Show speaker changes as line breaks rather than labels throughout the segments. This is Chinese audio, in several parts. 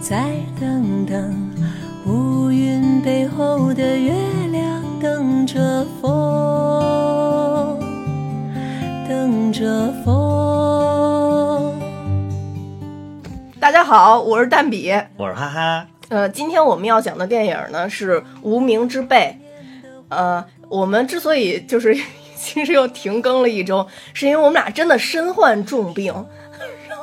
再等等，乌云背后的月亮等着风，等着风。
大家好，我是蛋比。
我是哈哈，
呃，今天我们要讲的电影呢是《无名之辈》。呃，我们之所以就是其实又停更了一周，是因为我们俩真的身患重病，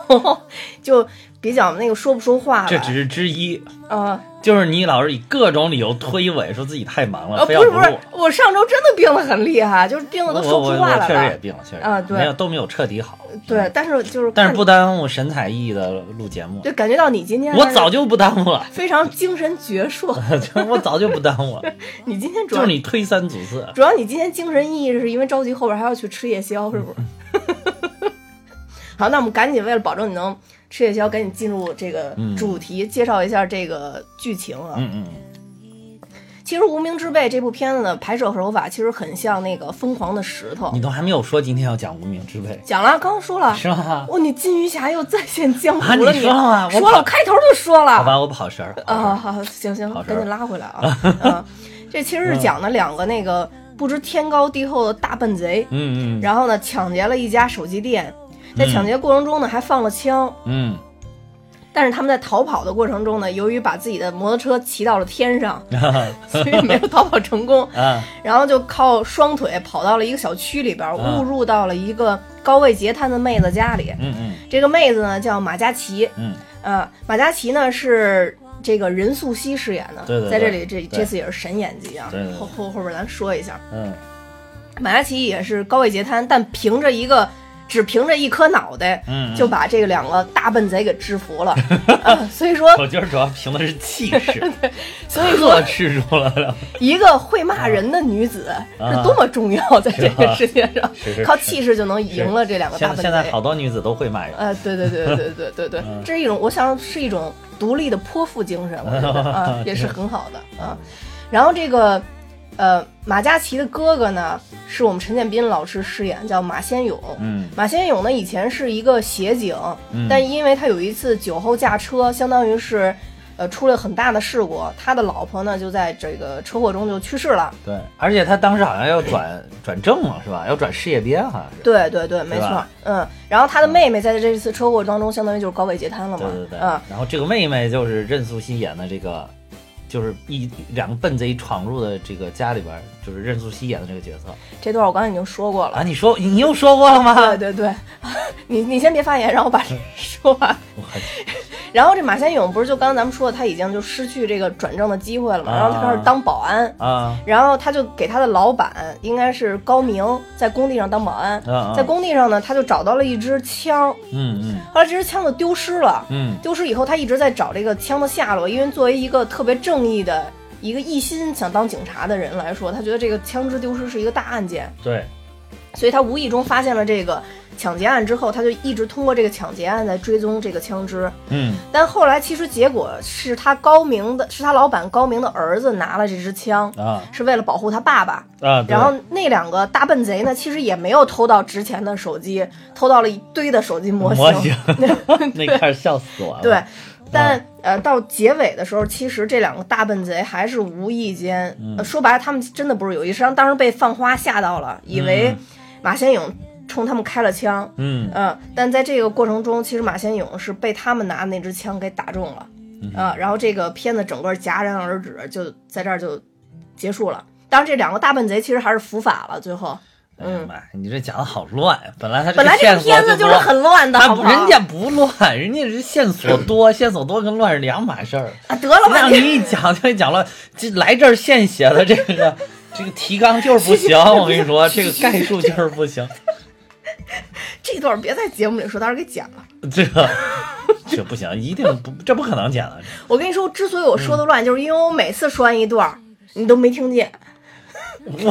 然后就比较那个说不出话来。
这只是之一，
呃
就是你老是以各种理由推诿，说自己太忙
呃
了，
不
非要
是不
录
是。，我上周真的病得很厉害，就是病
我
得都
我
说不
我
出话
我
来
确实也
了。
病了，确实
啊对
没有都没有彻底好，
对
嗯，，
但是就是
但是
看
不耽误神采奕奕的录节目，
就感觉到你今天
我
还是
早就不耽误了，
非常精神矍铄。
我早就不耽误 了，
你今天主
就
要
是你推三阻四，
主要你今天精神奕奕，是因为着急后边还要去吃夜宵，是不是？
嗯
好，那我们赶紧为了保证你能吃夜宵，赶紧进入这个
嗯
主题，介绍一下这个剧情啊。
嗯嗯，
其实《无名之辈》这部片子的拍摄手法其实很像那个《疯狂的石头
你》，都还没有说今天要讲无名之辈，
讲了，刚刚说了。
嗯是吧？
哦，你金鱼侠又再现江湖
啊你
了，
说了吗我
说了，
跑
我开头就说了。
好吧，我跑神儿，
啊，
跑神儿
好，行行，
好事
赶
儿
紧拉回来啊！啊，这其实是讲的两个那个不知天高地厚的大笨贼，
嗯嗯
然后呢抢劫了一家手机店，在
嗯
抢劫过程中呢还放了枪，
嗯，
但是他们在逃跑的过程中呢，由于把自己的摩托车骑到了天 上，所以没有逃跑成功，
啊，
然后就靠双腿跑到了一个小区里边，
嗯
误入到了一个高位截瘫的妹子家里。
嗯嗯
这个妹子呢叫马嘉祺，
嗯，
呃，马嘉祺呢是这个任素汐饰演的，
对对对
在这里这
对
这次也是神演技啊。
对对对
后后后边咱说一下，
嗯
马嘉祺也是高位截瘫，但凭着一个只凭着一颗脑袋。
嗯，
就
嗯
把这两个大笨贼给制服 了，啊所以说，
我觉得主要凭的是气 势，
所以
呵
说，
斥住了，
一个会骂人的女子是多么重要，在这个世界上，
啊 是是
靠气势就能赢了这两个
现
大
在
笨
现在
贼。
好嗯多女子都会骂人，
呃，对对对对对对对，这是一种，我想是一种独立的泼妇精神，我觉 得啊也是很好的啊。然后这个呃，马嘉祺的哥哥呢，是我们陈建斌老师饰演，叫马先勇。
嗯
马先勇呢，以前是一个协警，
嗯，
但因为他有一次酒后驾车，相当于是。呃，出了很大的事故，他的老婆呢就在这个车祸中就去世了。
对，而且他当时好像要转转正了，是吧？要转事业编，好像是。
对对对，没
对
错
吧，
嗯。然后他的妹妹在这次车祸当中，相当于就是高位截瘫了嘛
对，对对。
嗯，
然后这个妹妹就是任素汐演的这个，就是一两个笨贼闯入的这个家里边，就是任素汐演的这个角色
这段我刚才已经说过了。
啊。你说你又说过了吗？
对对对， 你你先别发言，让我把这说 完。 然后这马先勇不是就刚刚咱们说的，他已经就失去这个转正的机会了嘛，
啊
然后他开始当保安，
啊
然后他就给他的老板应该是高明在工地上当保安，
啊啊！
在工地上呢，他就找到了一支枪，
嗯嗯
后来这支枪就丢失了，
嗯
丢失以后他一直在找这个枪的下落，因为作为一个特别正义的。一个一心想当警察的人来说，他觉得这个枪支丢失是一个大案件，
对，
所以他无意中发现了这个抢劫案之后，他就一直通过这个抢劫案在追踪这个枪支。
嗯
但后来其实结果是他高明的，是他老板高明的儿子拿了这支枪，
啊
是为了保护他爸爸。
啊，对
然后那两个大笨贼呢，其实也没有偷到值钱的手机，偷到了一堆的手机模型。
模型 嗯那块儿笑死我了。
对，但呃，到结尾的时候，其实这两个大笨贼还是无意间，
嗯
呃说白了，他们真的不是有意，实际上当时被放花吓到了，以为
嗯
马先勇冲他们开了枪。
嗯
嗯、但在这个过程中，其实马先勇是被他们拿那支枪给打中了，
嗯
啊、然后这个片子整个戛然而止，就在这儿就结束了。当然，这两个大笨贼其实还是伏法了，最后。
哎呀妈呀，你这讲的好乱！本来他
嗯 本来这
线
个
索
片子
就
就是
多
很乱的，
他
好不
不
好？
人家不乱，人家是线索多， 线索多跟乱是两码事儿。
啊，得了吧
让，你一讲就讲乱，这来这儿现写的这个这个提纲就是 不行，我跟你说，这个概述就是不行，
这段别在节目里说，到时候给剪了。
这个这不行，一定不这不可能剪的。
我跟你说，之所以我说的
嗯
乱，就是因为我每次说完一段儿，你都没听 见。我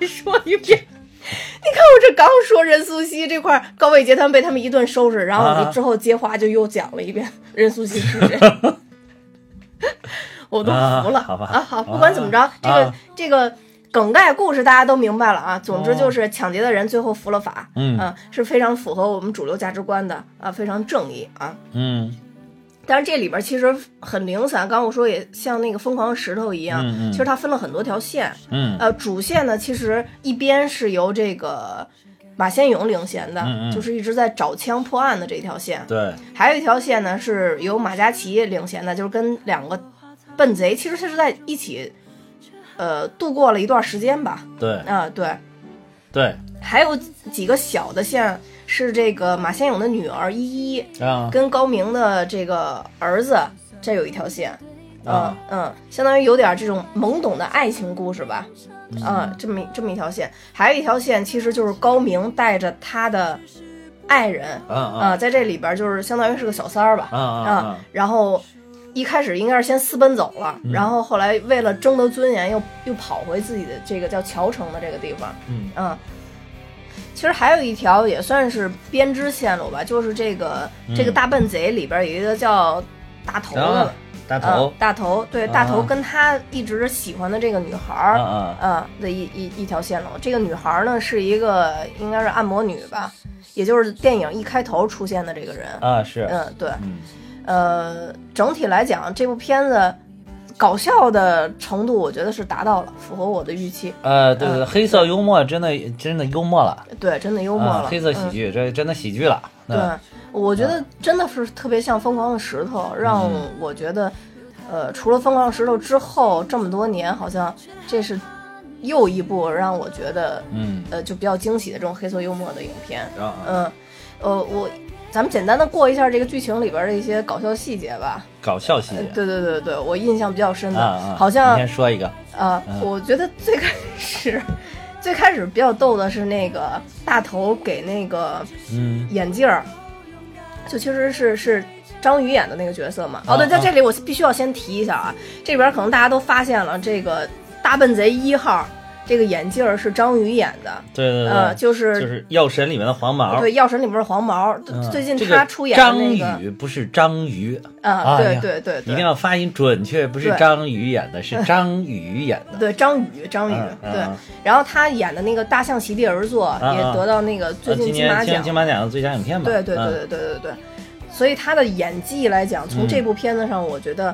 再说一遍。你看我这刚说任素汐这块儿高位截瘫被他们一顿收拾，然后
啊
你之后接话就又讲了一遍任素汐是 谁，我都服了。
啊好吧
啊好，不管怎么着，这个
啊
这个梗概故事大家都明白了啊。总
哦
之就是抢劫的人最后服了法，
嗯
啊，是非常符合我们主流价值观的啊，非常正义啊。
嗯，
但是这里边其实很零散，刚我说也像那个疯狂石头一样，
嗯嗯
其实它分了很多条线。
嗯
呃，主线呢，其实一边是由这个马先勇领衔的，
嗯嗯
就是一直在找枪破案的这一条线；
对，
还有一条线呢，是由马嘉祺领衔的，就是跟两个笨贼其实是在一起，呃，度过了一段时间吧。
对，
啊、对，
对，
还有几个小的线是这个马先勇的女儿依依
啊，
跟高明的这个儿子，这有一条线。嗯
啊
嗯，相当于有点这种懵懂的爱情故事吧，嗯，这么一这么一条线，还有一条线其实就是高明带着他的爱人，
嗯嗯
啊，在这里边就是相当于是个小三儿吧，
嗯嗯
啊
嗯，
然后一开始应该是先私奔走了，然后后来为了争得尊严，又又跑回自己的这个叫乔城的这个地方，
嗯
嗯。其实还有一条也算是编织线路吧，就是这个、这个
嗯
大笨贼里边有一个叫大头的，
啊大头
嗯，大头，对，大头
啊
跟他一直喜欢的这个女孩儿，
啊
嗯的一一一条线路。这个女孩儿呢是一个应该是按摩女吧，也就是电影一开头出现的这个人。
啊是，
嗯，对，
嗯
呃，整体来讲，这部片子搞笑的程度，我觉得是达到了，符合我的预期。
呃，对对对，
嗯
黑色幽默真的真的幽默了，
对，真的幽默了，
啊黑色喜
嗯
剧这真的喜剧了，嗯
对，我觉得真的是特别像《疯狂的石头》，让
嗯
我觉得，呃，除了《疯狂的石头》之后这么多年，好像这是又一部让我觉得，
嗯
呃，就比较惊喜的这种黑色幽默的影片。
啊啊，
嗯，呃，我咱们简单的过一下这个剧情里边的一些搞笑细节吧。
搞笑细节
对对对对，我印象比较深
啊
的，
啊，
嗯好像
你先嗯说一个，
啊，我觉得最开始。 最开始比较逗的是那个大头给那个
嗯
眼镜儿，就其实是是张宇演的那个角色嘛。
啊
哦，对，在
啊
这里我必须要先提一下啊，这边可能大家都发现了，这个大笨贼一号这个眼镜儿是张宇演的，
对对
呃，
对，
就是、
就是《药神》里面的黄毛。
对《药神》里边的黄毛，
嗯
最近
这
他
个
出演的那
章
个。
鱼不是章鱼，
啊，
哎
对
呀
对对
一定
对，
要发音准确，不是
对
章鱼演的，是章鱼演的。
对张宇张宇
嗯嗯
对
嗯，
然后他演的那个《大象席地而坐》也
啊
得到那个最
呃，
近
今
金马
年
奖
金金马奖的最佳影片吧？
对对
嗯
对，对对对对。所以他的演技来讲，从
嗯
这部片子上，我觉得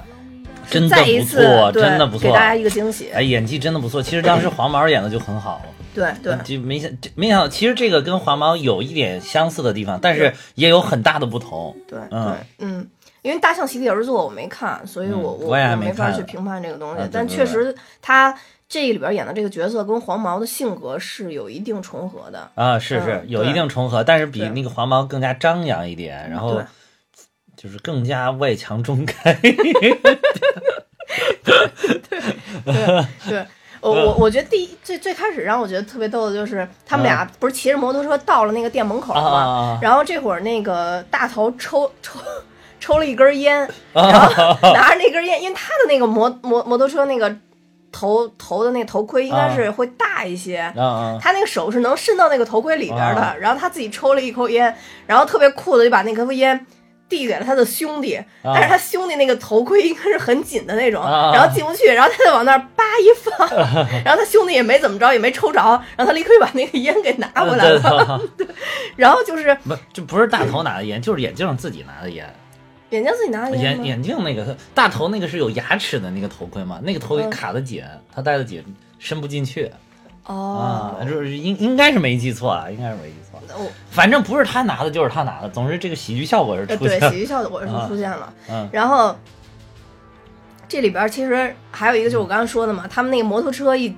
真的
再一
不
次
错，
对
真的不
给
错
大。家一个惊喜。
哎，演技真的不错。其实当时黄毛演的就很好，嗯
对对
就没想这没想到，其实这个跟黄毛有一点相似的地方，但是也有很大的不同。
对对
嗯，
嗯，因为《大象席地而坐》我没看，所以
嗯
我我
我也还没
没法
看
去评判这个东西
啊对。
但
对
确
对
实，他这里边演的这个角色跟黄毛的性格是有一定重合的。
啊，是是
嗯
有一
对
定重合，但是比
对
那个黄毛更加张扬一点，然后
对
就是更加外强中干。
对。我
嗯
我我觉得第一最最开始让我觉得特别逗的就是他们俩不是骑着摩托车到了那个店门口了
嗯啊啊啊
吗
啊？
然后这会儿那个大头抽 抽抽了一根 烟，
啊，
拿着那根烟，因为他的那个摩摩摩托车那个头头的那头盔应该是会大一些，
啊啊！
他那个手是能伸到那个头盔里边的。
啊
然后他自己抽了一口烟，然后特别酷的就把那根烟。递给了他的兄弟，但是他兄弟那个头盔应该是很紧的那种，
啊
然后进不去，然后他就往那儿叭一放， 然后他兄弟也没怎么着，也没抽着，然后他立刻就把那个烟给拿回来
对
了。然后就是
不，这不是大头拿的烟，就是眼镜儿自己拿的烟。
眼睛自己拿的烟
眼
吗？
眼镜哎那个大头那个是有牙齿的那个头盔嘛，那个头盔卡的紧，他戴的紧，伸不进去
哦
啊，，就是应应该是没记错啊，应该是没记错，
我
反正不是他拿的就是他拿的，总之这个喜剧效果是
呃
出现
对，
了
喜，剧效果是
啊
出现了。
嗯
然后这里边其实还有一个，就是我刚刚说的嘛，他们那个摩托车一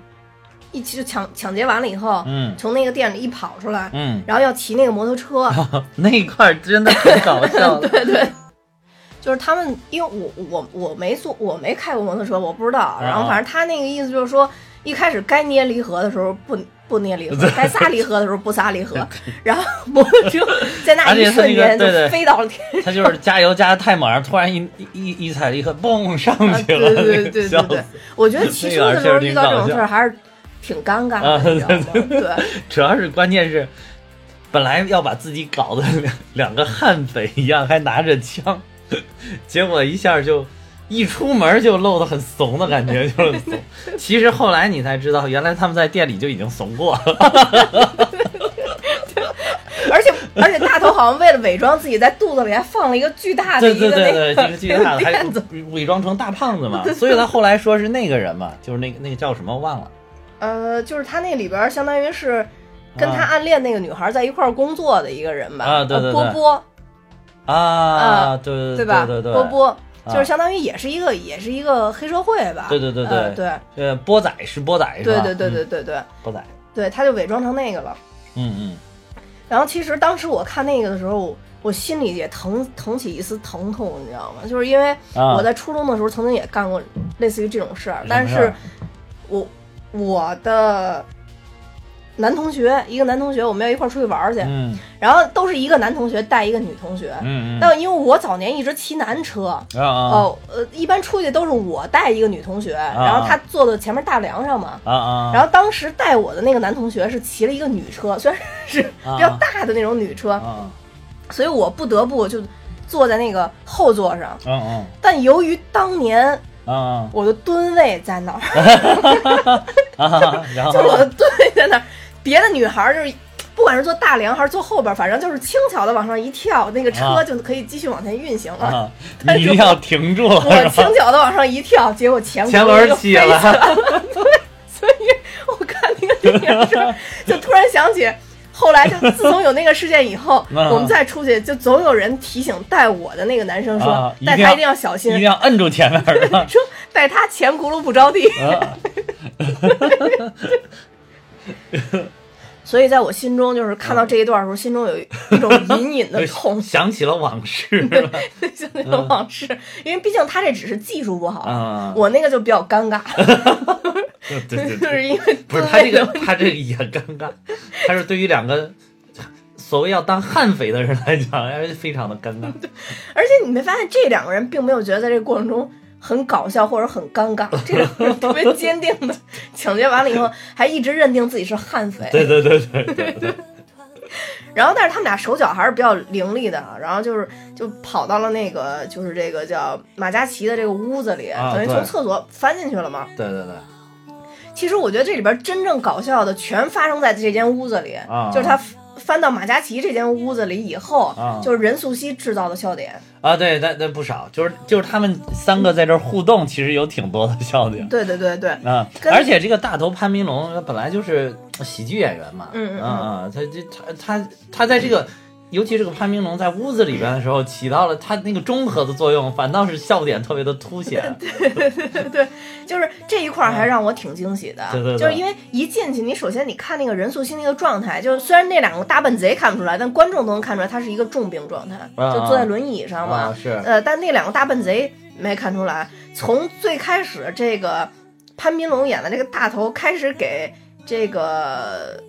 一起就抢抢劫完了以后，
嗯
从那个店里一跑出来，
嗯，啊
然后要骑那个摩托车，
那一块儿真的挺搞笑 的，
对对。 就是他们，因为我我我没坐，我没开过摩托车，我不知道。
啊
然后反正他那个意思就是说，一开始该捏离合的时候不不捏离合，该撒离合的时候不撒离合，然后摩托车在那
而
一
且他
瞬
那个
间就
对对
飞到了天上。
他就是加油加的太猛，然后突然一一一一踩离合，嘣上
啊，
去
对
了，
对对对
笑
对对
死，
我觉得骑车的时候遇到这种事儿还是挺尴尬的，你知道 吗？对，
主要是关键是。本来要把自己搞得两两个悍匪一样，还拿着枪， 结果一下就一出门就露得很怂的感觉，就是很怂。 其实后来你才知道，原来他们在店里就已经怂过了。
而而且而且大头好像为了伪装自己，在肚子里还放了一个巨大的
对
一个
对
那
对
个
对，这个巨大
那
的，
个
还
垫子，
伪装成大胖子嘛，所以他后来说是那个人嘛，就是那个那个叫什么忘了，
呃，就是他那里边儿相当于是跟他
啊
暗恋那个女孩在一块儿工作的一个人吧，
啊对
呃
对
波
对
波
啊，对对
对吧？
对对，
波波
啊
就是相当于也是一个也是一个黑社会吧，
对对对
呃
对
对
呃，波仔是波仔是
对
吧？
对对对
嗯，
对对
波仔，
对，他就伪装成那个了。
嗯嗯，
然后其实当时我看那个的时候，我我心里也疼腾起一丝疼痛，你知道吗？就是因为
啊
我在初中的时候曾经也干过类似于这种事儿，
么
但
事
是
儿
我我的男同学，一个男同学，我们要一块儿出去玩儿去，
嗯
然后都是一个男同学带一个女同学。
嗯嗯，
但因为我早年一直骑男车，
啊啊
哦，呃，一般出去都是我带一个女同学，然后她坐到前面大梁上嘛。
啊啊，
然后当时带我的那个男同学是骑了一个女车，虽然是
啊
比较大的那种女车，
啊
所以我不得不就坐在那个后座上。
啊啊
但由于当年
啊啊
我的吨位在那儿，
啊，然 后
就是我的吨位在那儿，别的女孩儿就是。不管是坐大梁还是坐后边儿，反正就是轻巧的往上一跳，那个车
啊
就可以继续往前运行了。
啊，你一定要停住了
我
是吧？
轻巧的往上一跳，结果 前
前
轮
轮
就
起
飞
来了，
所以我看那个电影的时候，就突然想起，后来就自从有那个事件以后，
啊
我们再出去，就总有人提醒带我的那个男生说，
啊
带
一定
他
要
一定要小
一
心
定，要摁住前面 了。
说带他前轱辘不着 地。
啊，
所以在我心中，就是看到这一段的时候，心中有一一种隐隐的痛
哎想起了往事是吧
像那种往事，
嗯
因为毕竟他这只是技术不好，
啊，
我那个就比较尴尬，
对 对
就
对
是，因为
不是
吨
他这
位
个
的，
他这个也尴尬，他是对于两个所谓要当悍匪的人来讲，哎非常的尴 尬。
而且你没发现这两个人并没有觉得在这个过程中很搞笑或者很尴尬，这两 个人特别坚定的抢劫完了以后，还一直认定自己是悍匪。
对对对对对对，
然后，但是他们俩手脚还是比较伶俐的啊，然后就是就跑到了那个就是这个叫马嘉祺的这个屋子里，
啊
等于从
对
厕所翻进去了嘛。
对对对，
其实我觉得这里边真正搞笑的全发生在这间屋子里，
啊
就是他。翻到马嘉祺这间屋子里以后，
啊
就是任素汐制造的笑点。
啊，对，那那不少，就是就是他们三个在这儿互动，其实有挺多的笑点
对对对对，
啊。
跟
而且这个大头潘斌龙他本来就是喜剧演员嘛，
嗯嗯嗯
啊，他这他他他在这个，尤其这个潘斌龙在屋子里边的时候，起到了他那个中和的作用，反倒是笑点特别的凸显。
就是这一块儿还让我挺惊喜的，
嗯对对对
就是因为一进去，你首先你看那个任素汐那个状态，就是虽然那两个大笨贼看不出来，但观众都能看出来他是一个重病状态，
啊
就坐在轮椅上嘛。
啊是
呃，但那两个大笨贼没看出来。从最开始这个潘斌龙演的这个大头开始给这个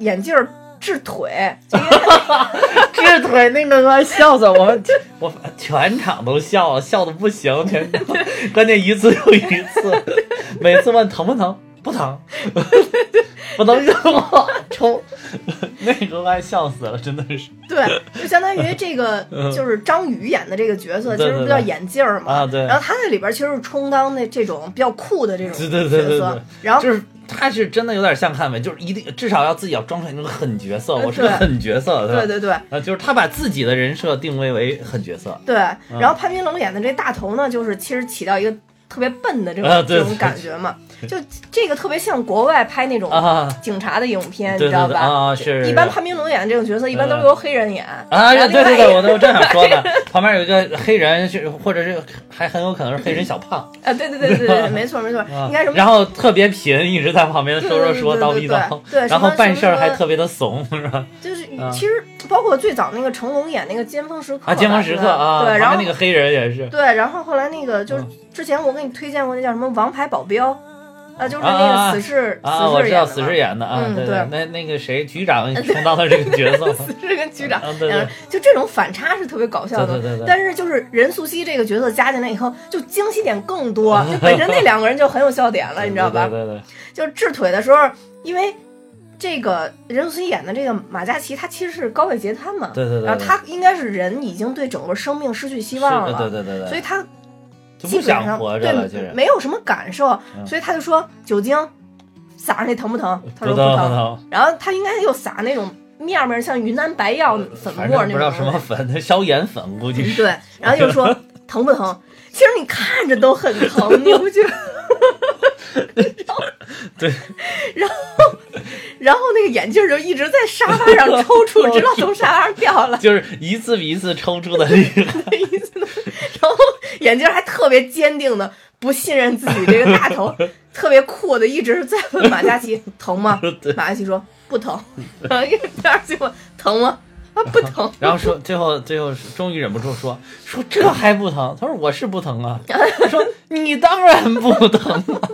眼镜儿治腿，就因为他
这腿那个妈笑死我们，我全场都笑了，笑的不行，全场，关键一次又一次，每次问疼不疼，不疼，不能扔我抽，那个妈笑死了，真的是
对，就相当于这 个就是张宇演的这个角色，其
嗯对
实
对
不叫
对
眼镜儿嘛。
啊对
然后他在里边其实是充当那这种比较酷的这种角
对
色，
对对对对
然后
就是他是真的有点像汉伟，就是一定至少要自己要装出来那种狠角色，我是个
对
狠角色，
对
吧？
对对
啊，就是他把自己的人设定位为狠角色，
对，然后潘斌龙演的这大头呢，就是其实起到一个特别笨的这种、
啊对
这种感觉嘛，就这个特别像国外拍那种
啊
警察的影片，
对
你知道
对
吧？
对啊是是嗯
一
是
般潘斌龙演的这种角色，一般都是
对对
由黑人演
啊，
然后另
对
外
对
一个
对，我都我正想说 呢，旁边有一个黑人是，或者是还很有可能是黑人小胖，
啊，对对对对 对，没错没错，
啊
嗯应该什么
然后特别贫，一直在旁边说说
对
说
对对
叨逼
对
叨
对对，
然后
什么
办事儿
什么
还特别的怂，是吧？
就是
啊
其实包括最早那个成龙演那个《尖峰时刻》
啊，尖峰时刻啊，
对，然
旁
后
边那个黑嗯人也是，
对，然后后来那个就是之前我给你推荐过那叫什么《王牌保镖》，啊，就是那个死侍，
啊，
死
我
侍
知
演
道
的嘛
死侍演的啊，
嗯
对
对
那那个谁局 长充当了这个角色嘛，
死侍跟局长
啊对对
两人，就这种反差是特别搞笑的。
对对对对
但是就是任素汐这个角色加进来以后，就惊喜点更多，就本身那两个人就很有笑点嗯了，你知道吧？
对对对，对
就是治腿的时候，因为这个任素汐演的这个马嘉祺，她其实是高位截瘫嘛，
对对对对
然后她应该是人已经对整个生命失去希望
是
了，
对对对对，
所以她
就
基
不
本上
想活着了，其
对
实
没有什么感受，
嗯
所以她就说酒精撒上那疼不疼？她
不
说
疼不
疼，
疼
然后她应该又撒那种。面面像云南白药粉
反
末
正
那
不知道
种
什么粉，消炎粉估计
嗯
是。
对，然后就 说疼不疼？其实你看着都很疼，你不觉得？
对，
然后，然后那个眼镜就一直在沙发上抽搐，直到从沙发上掉下来，
就是一次比一次抽出的厉害。
然后眼镜还特别坚定的不信任自己这个大头，特别酷的一直在问马嘉祺疼吗
对？
马嘉祺说不疼，然后一直第二句问疼吗？啊不疼，
然后说，最后最后终于忍不住说说这还不疼？他说我是不疼啊。他说你当然不疼啊了，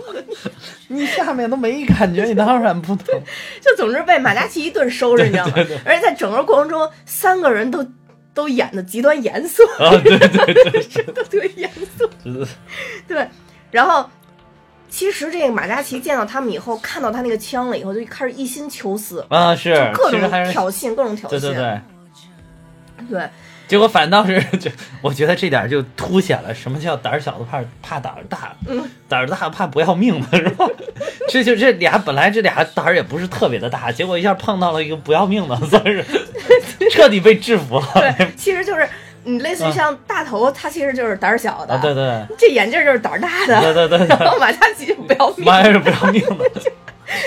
你下面都没感觉，你当然不疼。
就总之被马嘉祺一顿收拾，你知道吗？而且在整个过程中，三个人都都演的极端严肃，
啊，对对对，
都特别严肃。
就是
对，然后其实这个马嘉祺见到他们以后，看到他那个枪了以后，就开始一心求死，
啊是，
各
其
种
实还是
挑衅，各种挑衅。
对对对。
对
结果反倒是，就我觉得这点就凸显了什么叫胆儿小的怕怕胆儿大，胆儿大怕不要命的是吧？ 这就这俩本来这俩胆儿也不是特别的大，结果一下碰到了一个不要命的，算 是彻底被制服了。
对其实就是你类似于像大头，他其实就是胆儿小的，
嗯啊，对对
这眼镜就是胆儿大
对
的，
对 对
然
对，
后马嘉祺就不要命，
妈呀，是不要命的，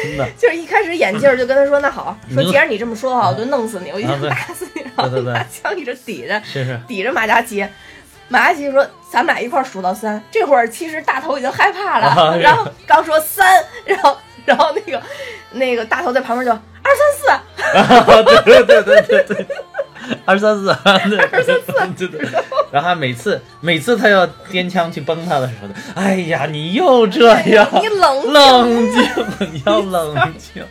真的，
就是一开始眼镜儿就跟他说：“那好，
你
说
就
既然你这么说的话，我就弄死你，我一
啊
枪
对
打死你。”然后
对对
拿枪一直抵着，
真 是
抵着马嘉祺。马嘉祺说：“咱们俩一块儿数到三。”这会儿其实大头已经害怕
啊
了，
是
然后刚说三，然后然后那个那个大头在旁边就二三四，
啊，对对对对对对，二三四，对二三四， 对对。然后他每次每次他要掂枪去崩他的时候，哎呀，你又这样，
你冷
冷静，你要冷 静，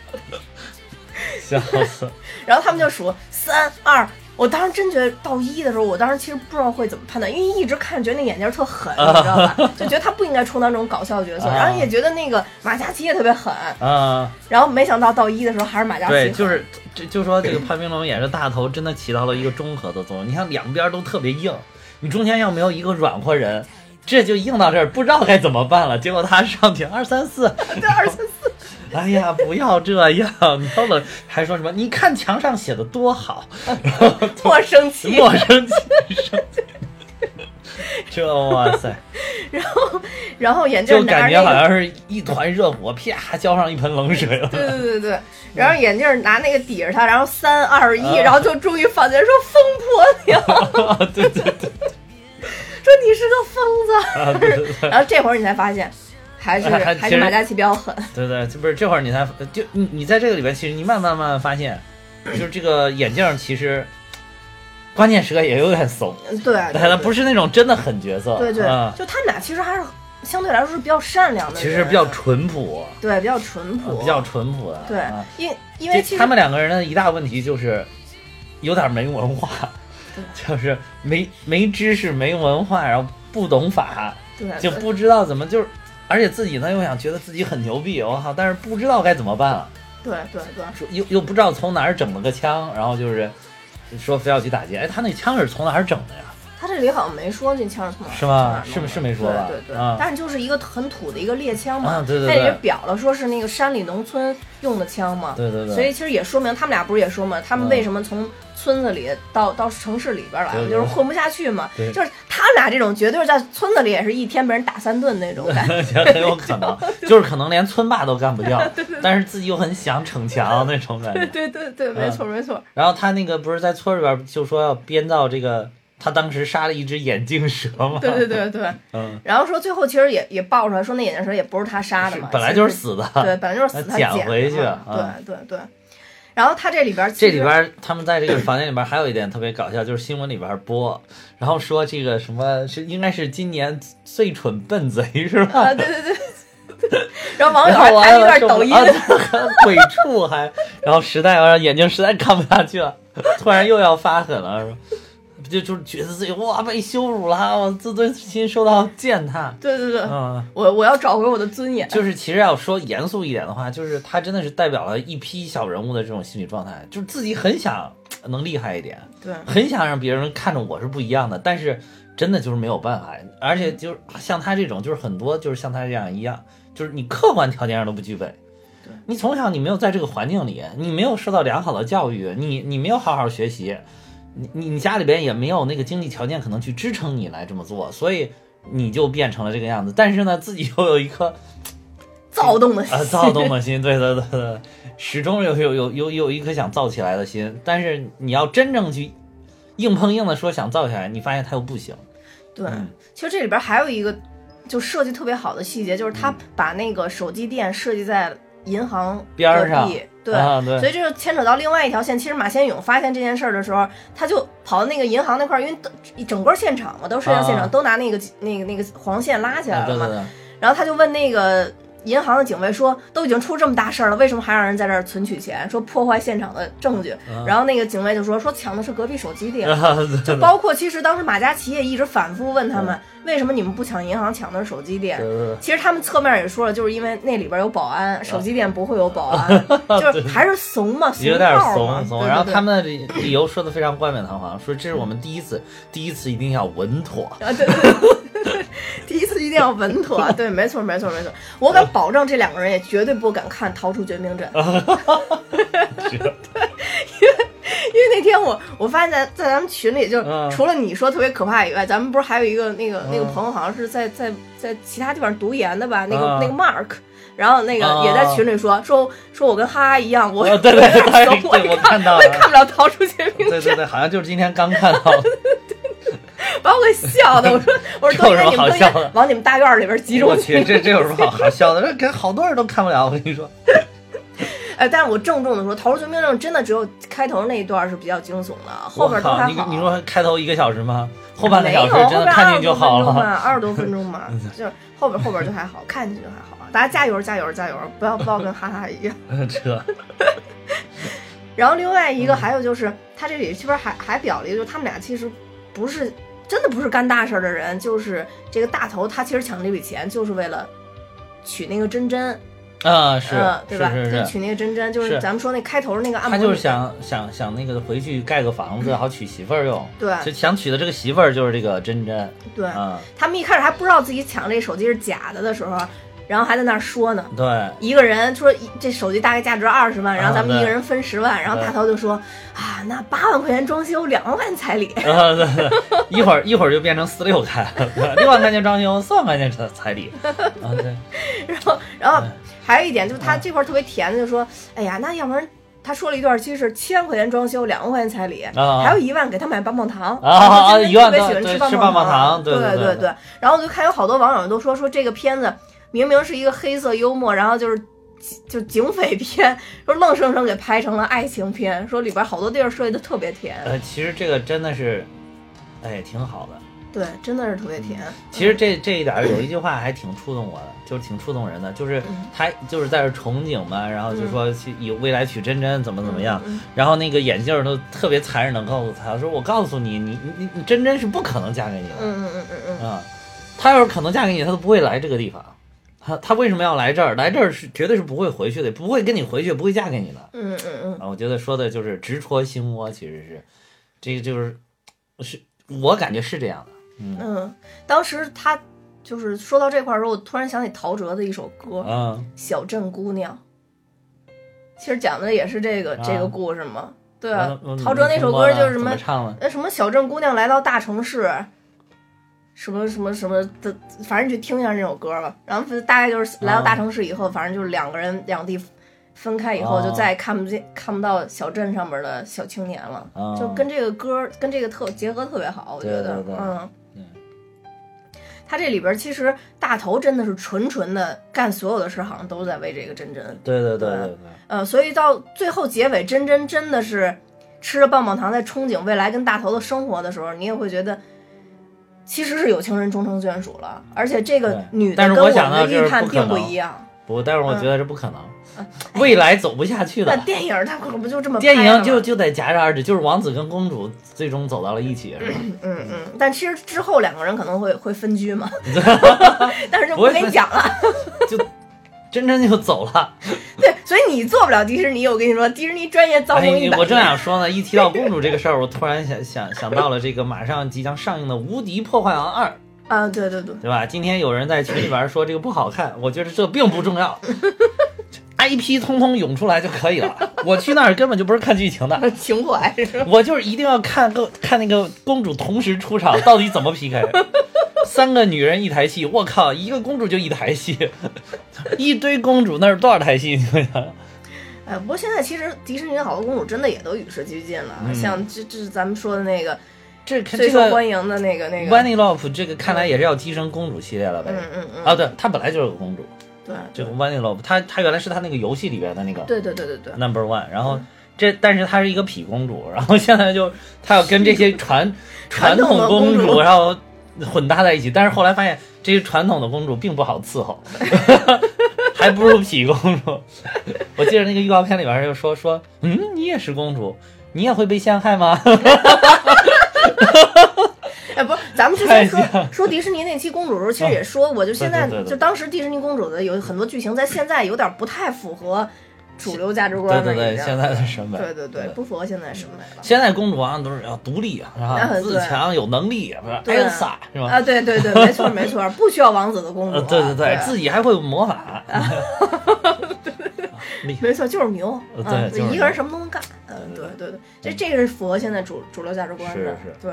笑死。
然后他们就数三二。我当时真觉得到一的时候，我当时其实不知道会怎么判断，因为一直看着觉得那眼镜儿特狠，你知道 吧？就觉得他不应该充当这种搞笑角色，
啊
然后也觉得那个马嘉祺也特别狠，
啊、
然后没想到到一的时候还是马嘉祺
对，
狠，
就是就就说这个潘冰龙也是大头，真的起到了一个中和的作用。你看两边都特别硬，你中间要没有一个软和人，这就硬到这儿，不知道该怎么办了。结果他上去二三四，
对二三四，
哎呀，不要这样，你要冷，还说什么？你看墙上写的多好，然后
特生气。
莫生气，生气这哇塞，
然后眼镜
就
拿
感
着
觉好
那个，
像是一团热火，啪浇上一盆冷水了。
对对对对，然后眼镜拿那个抵着他，然后三二一，
啊
然后就终于放进来说疯婆娘，
对对对
说你是个疯子。
啊，对对对
然后这会儿你才发现，还是
还
还
其
是
实
马嘉祺比较狠。
对对，就不是这会儿你才就你你在这个里边，其实你慢慢慢慢发现，就是这个眼镜其实关键时刻也有点怂，
对，
但他不是那种真的狠角色，
对对
啊，，
就他们俩其实还是相对来说是比较善良的人，
其实比较淳朴，
对比较淳朴，
比较淳朴的，
对
啊，
因因
这
为其实
他们两个人的一大问题就是有点没文化， 就是没没知识、没文化，然后不懂法，
对呃对
就不知道怎么就是，而且自己呢又想觉得自己很牛逼，我靠，但是不知道该怎么办了，
对对对
说又又不知道从哪儿整了个枪，然后就是说非要去打劫，哎，他那枪是从哪儿整的呀？
他这里好像没说这枪是从哪儿
是
从哪儿
吗
弄的
是是没说吧
对对对，
啊
但是就是一个很土的一个猎枪嘛，
啊对对
他
对
也是表了说是那个山里农村用的枪嘛，
对对对
所以其实也说明他们俩不是也说嘛，他们
嗯
为什么从村子里到到城市里边来
对
了，
对
就是混不下去嘛，
对
就是他们俩这种绝对是在村子里也是一天被人打三顿那种感觉，
我觉得很有可 能，就是可能连村霸都干不掉，但是自己又很想逞强那种感 觉。
对对
嗯
对，没错没错，
然后他那个不是在村里边就说要编造这个，他当时杀了一只眼镜蛇嘛？
对 对，对对，
嗯，
然后说最后其实也也爆出来说那眼镜蛇也不是他杀的嘛，
本来
其实
就是死的。
对，本来就是死他
啊捡
捡
回
的
去
嘛
啊
对对对。然后他这里边其
这
实
里边他们在这个房间里边还有一点特别搞笑，就是新闻里边播，然后说这个什么是应该是今年最蠢笨贼是吧？
啊，对对对。呃然后网友
然后
还
我
拍了
还
一段
说
抖音，
啊 鬼畜还，然后实在我眼睛实在看不下去了，突然又要发狠了，说就就是觉得自己哇被羞辱了，我自尊心受到践踏，
对对对，
嗯。
我我要找回我的尊严。
就是其实要说严肃一点的话，就是他真的是代表了一批小人物的这种心理状态，就是自己很想呃能厉害一点，
对
很想让别人看着我是不一样的，但是真的就是没有办法，而且就是像他这种，就是很多就是像他这样一样，就是你客观条件上都不具备，你从小你没有在这个环境里，你没有受到良好的教育，你你没有好好学习，你你你家里边也没有那个经济条件可能去支撑你来这么做，所以你就变成了这个样子。但是呢，自己又有一颗
躁动的心，
啊，躁动的心，对对对对，始终有有有有有一颗想造起来的心，但是你要真正去硬碰硬的说想造起来，你发现它又不行。
对，
嗯
其实这里边还有一个就设计特别好的细节，就是
嗯
他把那个手机店设计在银行
边儿
隔
上
壁对。
啊，对，
所以这就牵扯到另外一条线。其实马先勇发现这件事儿的时候，他就跑到那个银行那块儿，因为都整个现场嘛，都摄像现场、
啊
都拿那个那个那个黄线拉起
啊
来
对
了嘛。
对对，
然后他就问那个银行的警卫说：“都已经出这么大事儿了，为什么还让人在这儿存取钱？说破坏现场的证据。
啊
然后那个警卫就说：“说抢的是隔壁手机 店。
啊对对
就
对
包括其实当时马嘉祺也一直反复问他们，为什么你们不抢银行，抢的是手机店？
对对对
其实他们侧面也说了，就是因为那里边有保
啊
安，手机店不会有保 安，就是还是怂嘛，
有
怂
点
炮嘛
怂。
对对
怂，然后
对
他们的理理由说的非常冠冕堂皇，说这是我们第一次，第一次一定要稳妥。
啊，对对对， 第一次一定要稳 妥，对，没错，没错，没错。我敢保证，这两个人也绝对不敢看《逃出绝命镇》对，因为
啊
因为那天我我发现在，在咱们群里，就是
嗯
除了你说特别可怕以外，咱们不是还有一个那
啊
个那个朋友，好像是在在在其他地方读研的吧？那个
嗯
那个 Mark。然后那个
嗯
也在群里说说说我跟哈哈一样，我
啊 对
我
对
有点
对
怂，我
对
也
我
看
看到
我也
了
看不了《逃出绝命
对对对，好像就是今天刚看到的，
把我给笑 的，我说我说都
有
应该
什么
你们都
好
应该
笑的
往你们大院里边 集中
我去，这这有什么好好笑的？这给好多人都看不了，我跟你说。
哎，但是我郑重的说，《逃出绝命镇》真的只有开头那一段是比较惊悚的，后边都
我靠
还
你
好。
你说开头一个小时吗？后半个
没
小
有，
时
后
真
边
的看进去就
二
好
十多分钟
了。
吧，二十多分钟吧，就是后边后边就还好， 看进去就还好。啊大家加油加油加油，不要不要跟哈哈一样。
这
然后另外一个还有就是，他这里这边还还表了一个，就是他们俩其实不是真的不是干大事儿的人，就是这个大头他其实抢这笔钱就是为了娶那个真真，
啊是
嗯，对
是
吧？
是，
就是娶那个真真，就是
是
咱们说那开头那个按摩
他就是
女
想想想那个回去盖个房子，好娶媳妇儿用。
对
就想娶的这个媳妇儿就是这个珍珍
对。
啊，
他们一开始还不知道自己抢这手机是假的的时候，然后还在那儿说呢。
对，
一个人说一这手机大概价值二十万，然后咱们
啊对
一个人分十万，然后大头就说啊，那八万块钱装修，两万块钱彩礼，
啊 对对，一会儿一会儿就变成四六开了，对六万块钱装修，四万块钱彩 彩礼啊，对，
然后然后
嗯
还有一点就是他
嗯
这块儿特别甜的就说，哎呀，那要不然他说了一段其实是七万块钱装修，两万块钱彩礼，
啊
还有一万给他买棒棒糖
啊啊啊
他今天
一
特
万
别
多
喜欢
对
吃
吃
棒
棒棒
糖，
糖对
对
对对
对。然后我就看有好多网友都说说这个片子明明是一个黑色幽默，然后就是就警匪片，说愣生生给拍成了爱情片，说里边好多地儿设计的特别甜，
呃，其实这个真的是，哎，挺好的。
对，真的是特别甜。
其实这这一点儿有一句话还挺触动我的，就是挺触动人的，就是
嗯
他就是在这憧憬嘛，然后就说去以未来娶真真怎么怎么样，
嗯
然后那个眼镜儿都特别残忍的告诉他说：“我告诉你，你你你你真真是不可能嫁给你的，
嗯嗯嗯嗯嗯，
啊，她要是可能嫁给你，她都不会来这个地方。她她为什么要来这儿？来这儿是绝对是不会回去的，不会跟你回去，不会嫁给你的。
嗯嗯嗯，
啊，我觉得说的就是直戳心窝，其实是，这个就是是我感觉是这样的。
嗯，当时他就是说到这块儿的时候，我突然想起陶喆的一首歌，
嗯，
小镇姑娘，其实讲的也是这个、
啊
这个故事嘛。对
完了
啊
我，
陶喆那首
我
歌
听过
就
了
是什
嗯怎
么
么唱的？
那什么小镇姑娘来到大城市，什么什么什么的，反正你去听一下这首歌吧。然后大概就是来到大城市以后，反正就是两个人两地分开以后，
啊
就再也看不见看不到小镇上面的小青年了。
啊
就跟这个歌跟这个特结合特别好，我觉得，
对对对
嗯
嗯。
他这里边其实大头真的是纯纯的干所有的事，好像都在为这个真真，
对对对
对
对对，
呃，所以到最后结尾，真真真的是吃着棒棒糖，在憧憬未来跟大头的生活的时候，你也会觉得，其实是有情人终成眷属了，而且这个
对
女的
但是
跟
我
我
想
们的
到这
预
是
判
不可
并不
能
一样。
不，待会儿我觉得这不可能，未来走不下去
嗯那
的。
电影它可不就这 么
电
拍的吗
影就就得夹着二指，就是王子跟公主最终走到了一起，是吧？
嗯嗯，但其实之后两个人可能会会分居 嘛，但是就不
不会
跟你
分
讲 了。
就真真就走 了。
对，所以你做不了迪士尼，我跟你说，迪士尼专业造
哎
梦一，百
我正
年。
想说呢，一提到公主这个事儿，我突然想想想到了这个马上即将上映的《无敌破坏王二》，
啊，对 对对，
对吧？今天有人在群里边说这个不好看，我觉得这并不重要。 IP 通通涌出来就可以了。我去那儿根本就不是看剧情的，
情怀是吧？
我就是一定要看个看那个公主同时出场到底怎么 PK，三个女人一台戏，我靠，一个公主就一台戏， 一堆公主那是多少台戏？你想想，
哎，不过现在其实迪士尼的好多公主真的也都与时俱进了，像这这是咱们说的那个
嗯这
最
这
受
个
欢迎的那个那
w a n
个，
i l o p 这个看来也是要提升公主系列了呗。
嗯嗯嗯，
啊，对，她本来就是个公主，
对
这个 w a n i l o p 她她原来是她那个游戏里边的那个
对对对对对，
Number One，然
嗯
后。这，但是她是一个痞公主，然后现在就她要跟 这些传传
传统
统
的
公
公主
然后混搭在一起，但是后来发现这些传统的公主并不好 伺候，还不如痞公主。 我记得那个预告片里边就说说，嗯，你也是公主，你也会被陷害吗？
哎，不是，咱们之前说
太 像嗯
说迪士尼那期公主的时候，其实也说过，就现在
对对对对
就当时迪士尼公主的有很多剧情，在现在有点不太符合主流价值
对
观了，
对
已
对，
经
现在的审美，
对对对，不符合现在审美了。
现在公主好像都是要独立啊，是
那
吧？
很对
自强有能力，是吧？艾
对
尔莎是吧？
啊，对对对，没错没错，不需要王子的公主
呃，
啊，
对对
对，
自己还会魔法，厉害。
没错，就是牛，
呃
啊，
对就是
一个人什么都能干，嗯，对
对
对对，这这个是符合现在主主流价值观的
是嗯是，
对，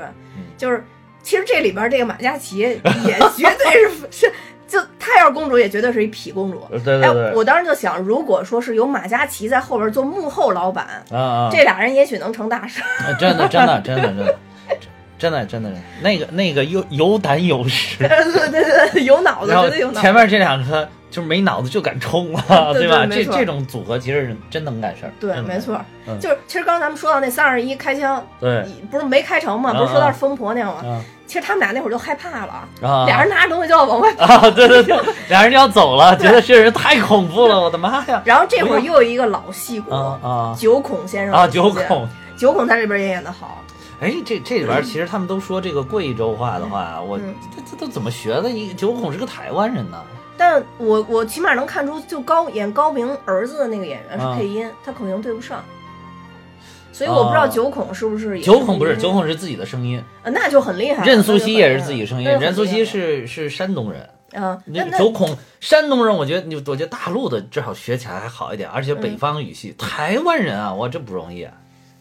就是其实这里边这个马嘉祺也绝对是是，就她要是公主也绝对是一痞公主。
呃对对
哎，
对，
我当时就想，如果说是有马嘉祺在后边做幕后老板，
啊啊，
这俩人也许能成大事儿。
啊真的真的真的真的真的真的真的那个那个有有胆有实，
对对对，有脑子，
然后
绝对有脑
前
子。
面这两个就是没脑子就敢冲啊，
对对
吧？
没
这
错
这种组合其实是真能干事儿，
对，
真能
没
干事儿，
错，
嗯
就是其实刚才咱们说到那三二一开枪，
对
不是没开成嘛，
啊
不是说到是疯婆娘嘛，
啊
其实他们俩那会儿就害怕了，
啊，
俩人拿着东西就要往外跑。
啊，对对对， 俩人就要走了，觉得这人太恐怖了，我的妈呀！
然后这会儿又有一个老戏骨，
啊啊
九孔先生
啊！
出
九
现，
孔，
九孔在这边也演得好，
哎，这这里边儿其实他们都说这个贵州话的话，我
嗯
这这都怎么学的？一九孔是个台湾人呢，
但我我起码能看出，就高演高明儿子的那个演员
啊
是配音，他口型对不上，所以我不知道
哦
九孔是不是也
九孔不是
配音
九，孔是自己的声音，
呃那就很厉害了。
任素汐也是自己声音，
那就很厉害
任素汐是是山东人，
啊，那
那
那
九孔山东人，我觉得你我觉得大陆的至少学起来还好一点，而且
嗯
北方语系，台湾人啊，哇，这不容易啊，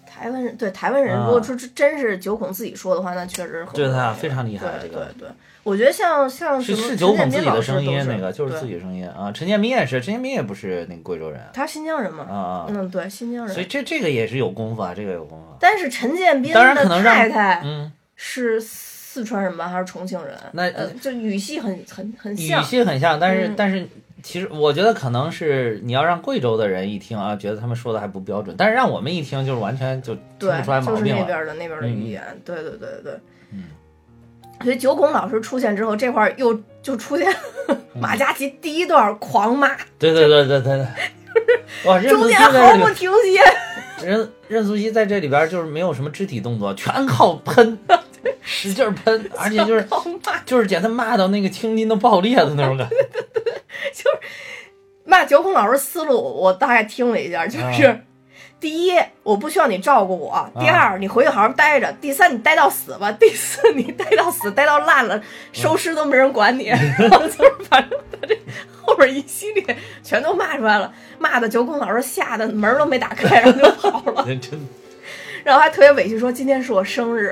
台湾人对台湾人，
啊
如果说这真是九孔自己说的话，那确实很
对他
厉害
非常厉害
对
这
对
个
对，我觉得像像什
是
么
是
陈
九孔
建
自
斌
己
老
的
师
声音
都，
那个就是自，己声音啊，陈建斌也是，陈建斌也不是那个贵州人
对他是新疆人嘛，
啊啊，
嗯对新疆人，
所以这这个也是有功夫啊，这个有功夫啊，
但是陈建斌
当然可能
的
让
太太
嗯。
是四川人吧，还是重庆人？
那
呃、就语系很很很
语
像。
系很像，但是、
嗯
但是其实我觉得可能是你要让贵州的人一听啊，觉得他们说的还不标准，但是让我们一听就是完全就听
对
不出来，毛
就是
病
那
了。
边的那边的
嗯
语言，对对对对对。所以九孔老师出现之后，这块儿又就出现 马嘉祺第一段狂骂，
对对对对对 对。哇，任素
中
汐
间
在这
毫
里
不停歇。
任任素汐在这里边就是没有什么肢体动作，全靠喷，使劲儿喷，而且就是
狂骂
就是给他骂到那个青筋都爆裂的那种感觉。
骂九孔老师思路，我大概听了一下，就是。第一，我不需要你照顾我；第二，你回去好好待着；第三，你待到死吧；第四，你待到死，待到烂了，收尸都没人管你。 然后就是反正他这后边一系列全都骂出来了，骂的九孔老师吓得门都没打开，然后就跑了，
真的
然后还特别委屈说今天是我生日。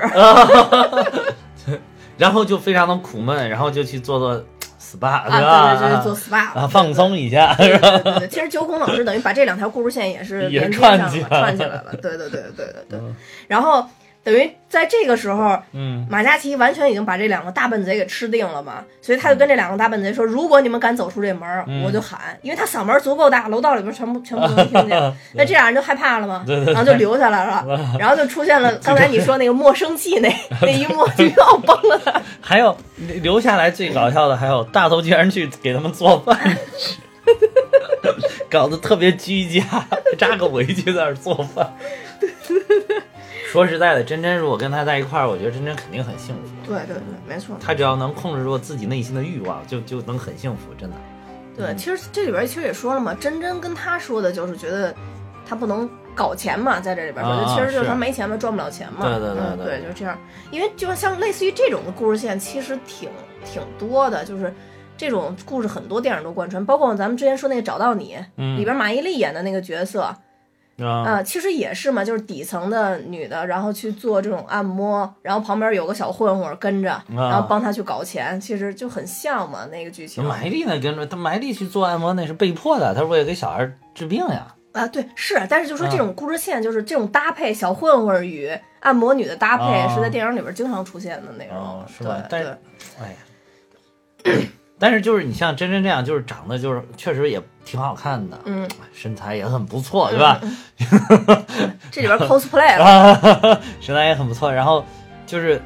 然后就非常的苦闷，然后就去做做 SPA，
啊，
吧？
对对对，做 SPA
啊，放松一下。
对对对对，其实九孔老师等于把这两条故事线也是
也
连接上
串起来
了，串起来了。对对对对对对。然后等于在这个时候，
嗯，
马嘉祺完全已经把这两个大笨贼给吃定了嘛，所以他就跟这两个大笨贼说：“如果你们敢走出这门儿，我就喊，因为他嗓门儿足够大，楼道里边全部全部都能听见。”那这俩人就害怕了嘛，然后就留下来了，然后就出现了刚才你说那个莫生气那那一幕就要崩了他。
还有留下来最搞笑的，还有大头竟然去给他们做饭 吃，搞得特别居家，扎个围裙在那儿做饭。说实在的，真真如果跟他在一块儿，我觉得真真肯定很幸福。
对对对，没错。
他只要能控制住自己内心的欲望，就就能很幸福，真的。
对，
嗯
其实这里边其实也说了嘛，真真跟他说的就是觉得他不能搞钱嘛，在这里边说，
啊
就其实就是
是
他没钱嘛，赚不了钱嘛。
对对对
嗯
对
对，就这样。因为就像类似于这种的故事线，其实挺挺多的，就是这种故事很多电影都贯穿，包括咱们之前说那个《找到你》
嗯
里边马伊琍演的那个角色啊、
啊，
其实也是嘛，就是底层的女的，然后去做这种按摩，然后旁边有个小混混跟
啊
着，然后帮她去搞钱，其实就很像嘛那个剧情
埋力那跟着他埋力去做按摩那是被迫的，他是为了给小孩治病呀。
啊，对，是，但是就说
嗯
这种故事线，就是这种搭配，小混混与按摩女的搭配，
啊
是在电影里边经常出现的内容
哦，，是吧？
对
但
对
是，哎呀，但是就是你像真真这样，就是长得就是确实也挺好看的，
嗯，
身材也很不错，对吧？
这里边 cosplay 了，
啊， 身材也很不错。然后就是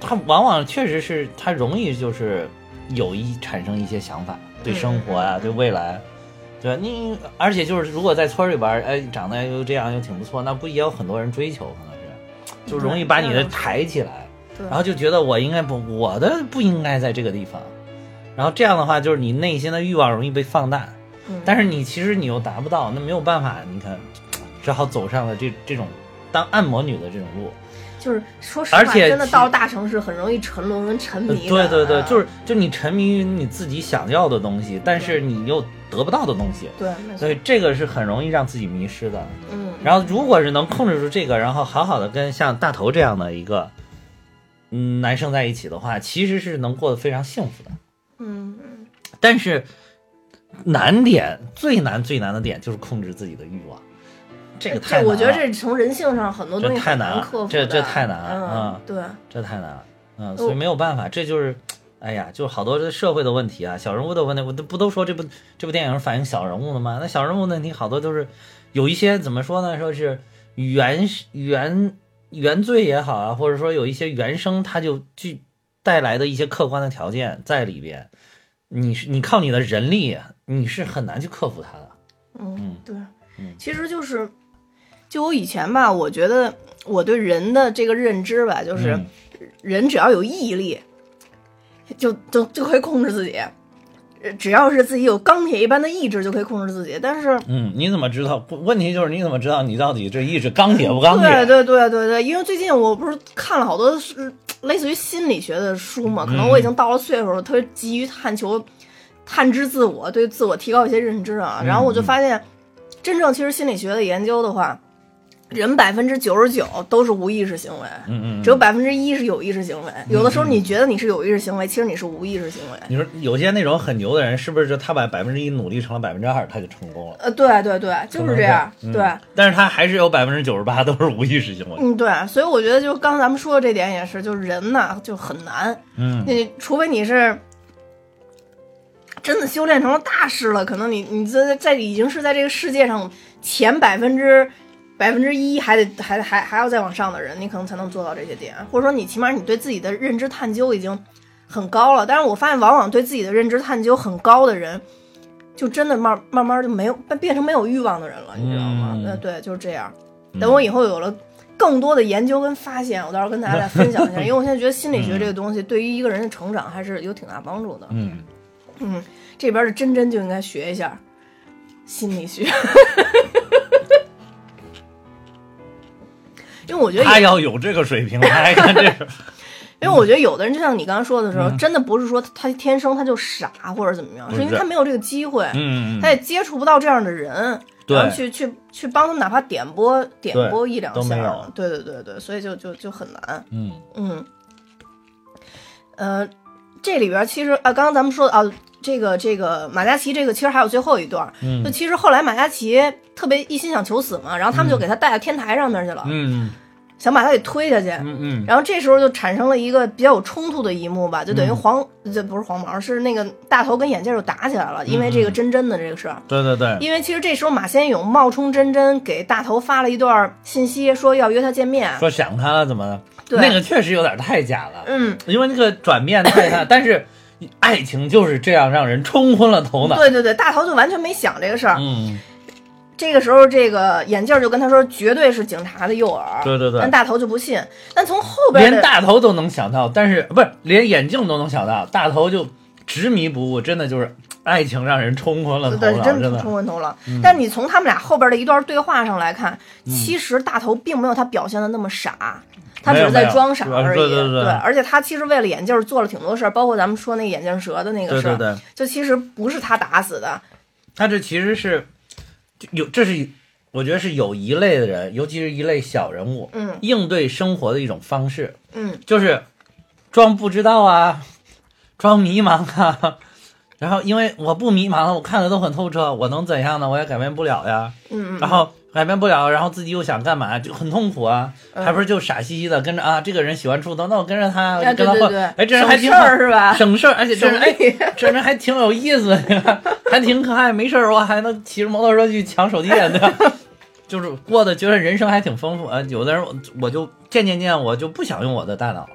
他往往确实是他容易就是有一产生一些想法，
嗯
对生活啊，对未来。对吧？你而且就是，如果在村儿里边儿，哎，长得又这样又挺不错，那不也有很多人追求？可能是，就容易把你的
嗯
抬起来。
对
然后就觉得我应该不，我的不应该在这个地方。然后这样的话，就是你内心的欲望容易被放大，
嗯
但是你其实你又达不到，那没有办法，你看，只好走上了这这种当按摩女的这种路。
就是说实话，
而且
真的
其
到了大城市很容易沉沦跟沉
呃
迷的、
对对对，
啊
就是就你沉迷于你自己想要的东西，但是你又得不到的东西，
对，没错
所以这个是很容易让自己迷失的。
嗯，
然后如果是能控制住这个，然后好好的跟像大头这样的一个嗯男生在一起的话，其实是能过得非常幸福的。
嗯
但是难点最难最难的点就是控制自己的欲望，这个太
这
难了
我觉得这从人性上很多东西
这太
很
难了
克服的，
这这太难了
嗯，
啊
对，
这太难了，嗯，所以没有办法，这就是。哎呀，就是好多这社会的问题啊，小人物的问题，我都不都说这部这部电影反映小人物的吗？那小人物问题好多都是有一些怎么说呢？说是原原原罪也好啊，或者说有一些原生它就具带来的一些客观的条件在里边，你是你靠你的人力，啊你是很难去克服它的。
嗯
嗯，
对
嗯，
其实就是，就我以前吧，我觉得我对人的这个认知吧，就是啊
嗯
人只要有毅力，就就就可以控制自己，呃只要是自己有钢铁一般的意志，就可以控制自己。但是，
嗯，你怎么知道？不问题就是你怎么知道你到底这意志钢铁不钢铁？
对对对对对，因为最近我不是看了好多是类似于心理学的书嘛，可能我已
嗯
经到了岁数了，特别急于探求、探知自我，对自我提高一些认知啊。然后
嗯
我就发现，真正其实心理学的研究的话，人百分之九十九都是无意识行为，
嗯嗯。
只有百分之一是有意识行为。有的时候你觉得你是有意识行为，其实你是无意识行为。
你说有些那种很牛的人，是不是就他把百分之一努力成了百分之二，他就成功了？
呃，对对对，就是这样，
可能
对。
嗯但是他还是有百分之九十八都是无意识行为。
嗯，对，所以我觉得就刚咱们说的这点也是，就是人呐就很难，
嗯
你除非你是真的修炼成了大师了，可能你你在在已经是在这个世界上前百分之百分之一，还得还还还要再往上的人，你可能才能做到这些点，或者说你起码你对自己的认知探究已经很高了。但是我发现，往往对自己的认知探究很高的人，就真的慢慢慢就没有变成没有欲望的人了，你知道吗？
嗯
呃，对，就是这样。
嗯
等我以后有了更多的研究跟发现，我到时候跟大家再分享
嗯
一下，因为我现在觉得心理学这个东西对于一个人的成长还是有挺大帮助的。
嗯，
嗯，这边的真真就应该学一下心理 学，因为我觉得有
他要有这个水平，他还干这 事儿。
因为我觉得有的人就像你刚刚说的时候，真的不是说他天生他就傻或者怎么样，
嗯不
是因为
是
他没有这个机会，
嗯嗯
他也接触不到这样的人，
对
然后去去去帮他们，哪怕点拨点
对
拨一两
都没
下
有，
对对对对，所以就就就很难，
嗯
嗯，呃，这里边其实啊，刚刚咱们说的啊，这个这个马嘉祺这个其实还有最后一段，就
嗯
其实后来马嘉祺特别一心想求死嘛，然后他们就给他带到天台上那儿去了，
嗯
想把他给推下去，
嗯嗯
然后这时候就产生了一个比较有冲突的一幕吧，就等于
嗯
黄，这不是黄毛，是那个大头跟眼镜就打起来了，因为
嗯
这个真真的这个事儿。
对对对，
因为其实这时候马先勇冒充真真给大头发了一段信息，说要约他见面。
说想他了怎么的？
对
那个确实有点太假了，
嗯，
因为那个转变太大，但是爱情就是这样让人冲昏了头脑。
对对对，大头就完全没想这个事儿。
嗯，
这个时候，这个眼镜就跟他说，绝对是警察的诱饵。
对对对
但大头就不信。但从后边
连
的
大头都能想到，但是不是连眼镜都能想到，大头就执迷不悟，真的就是爱情让人冲昏了头
呃对，
脑，真
真的冲
的。
昏头了。
嗯
但你从他们俩后边的一段对话上来看，其实大头并没有他表现的那么傻，他只是在装傻
没有没有
而已。
对对对
而且他其实为了眼镜儿做了挺多事儿，包括咱们说那个眼镜蛇的那个
对
事儿，
对对，
就其实不是他打死的，
他这其实是就有，这是我觉得是有一类的人，尤其是一类小人物，
嗯
应对生活的一种方式，
嗯，
就是装不知道啊，装迷茫啊。 然后，因为我不迷茫了，我看的都很透彻，我能怎样呢？我也改变不了呀。
嗯嗯
然后改变不了，然后自己又想干嘛，就很痛苦啊。
嗯
还不是就傻兮兮的跟着啊，这个人喜欢触动，那我跟着他，我
哎
就
对
跟他
对
混。
对，
哎，这人还
省
挺
事
好
儿是吧？
省事儿，而且这人哎
省，力，
这人还挺有意思的， 还挺可爱，没事儿我还能骑着摩托车去抢手机啊对吧？ 就是过得觉得人生还挺丰富啊。有的人我我就渐渐渐我就不想用我的大脑了，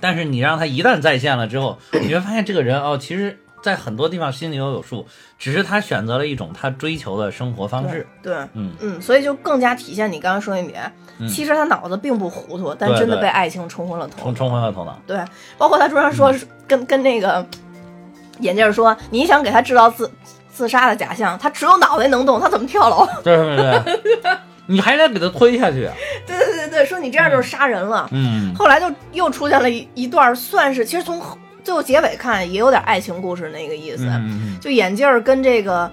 但是你让他一旦在线了之后，你会发现这个人哦，其实在很多地方心里都有数，只是他选择了一种他追求的生活方式。
对。
嗯，
嗯，所以就更加体现你刚刚说那点，
嗯
其实他脑子并不糊涂，但
对
真的
对
被爱情冲昏了头
冲。嗯冲昏了头脑。
对，包括他中间说、跟跟那个眼镜儿说，你想给他制造自自杀的假象，他只有脑袋能动，他怎么跳楼？
对对对，你还得给他推下去。啊
对对对对，说你这样就是杀人了。
嗯，
后来就又出现了一一段，算是其实从后最后结尾看也有点爱情故事那个意思，
嗯
就眼镜儿跟这个。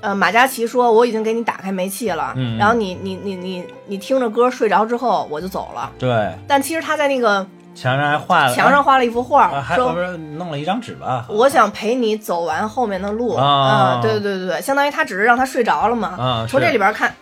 呃，马嘉祺说我已经给你打开煤气了，
嗯
然后你你你你你听着歌睡着之后我就走了。
对，
但其实他在那个
墙上还画了
墙上画了一幅画，
啊，还不
说
是弄了一张纸吧？
我想陪你走完后面的路
啊
啊、对对对对，相当于他只是让他睡着了嘛。
啊
从
是
这里边看，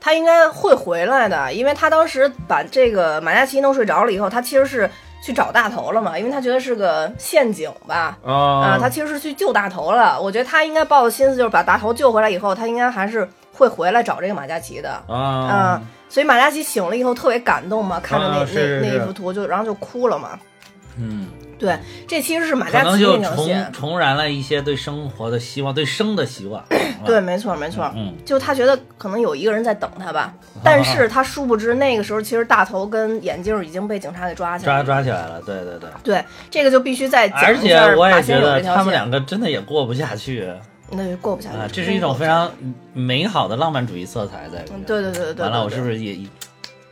他应该会回来的，因为他当时把这个马嘉祺弄睡着了以后，他其实是去找大头了嘛，因为他觉得是个陷阱吧。啊、
啊
他其实是去救大头了。我觉得他应该抱的心思就是把大头救回来以后，他应该还是会回来找这个马嘉祺的。
啊
嗯，所以马嘉祺醒了以后特别感动嘛，看着那、
啊是
那
是
那一幅图就然后就哭了嘛。
嗯，
对，这其实是马
可
嘉
能
祺
就
那条
重
线。
重燃了一些对生活的希望，对生的希 望。
对，，没错，没错。
嗯，
就他觉得可能有一个人在等 他吧，但是他殊不知那个时候其实大头跟眼镜已经被警察给抓起来
抓
了。
抓起来了，对对对。
对，这个就必须再讲
而
一
且
下
我也
马
觉
先勇
得
这条线。
他们两个真的也过不下去啊！
那就过不下去。
这是一种非常美好的浪漫主义色彩在里
嗯
面。
对对对对对。
完了，我是不
是？
是也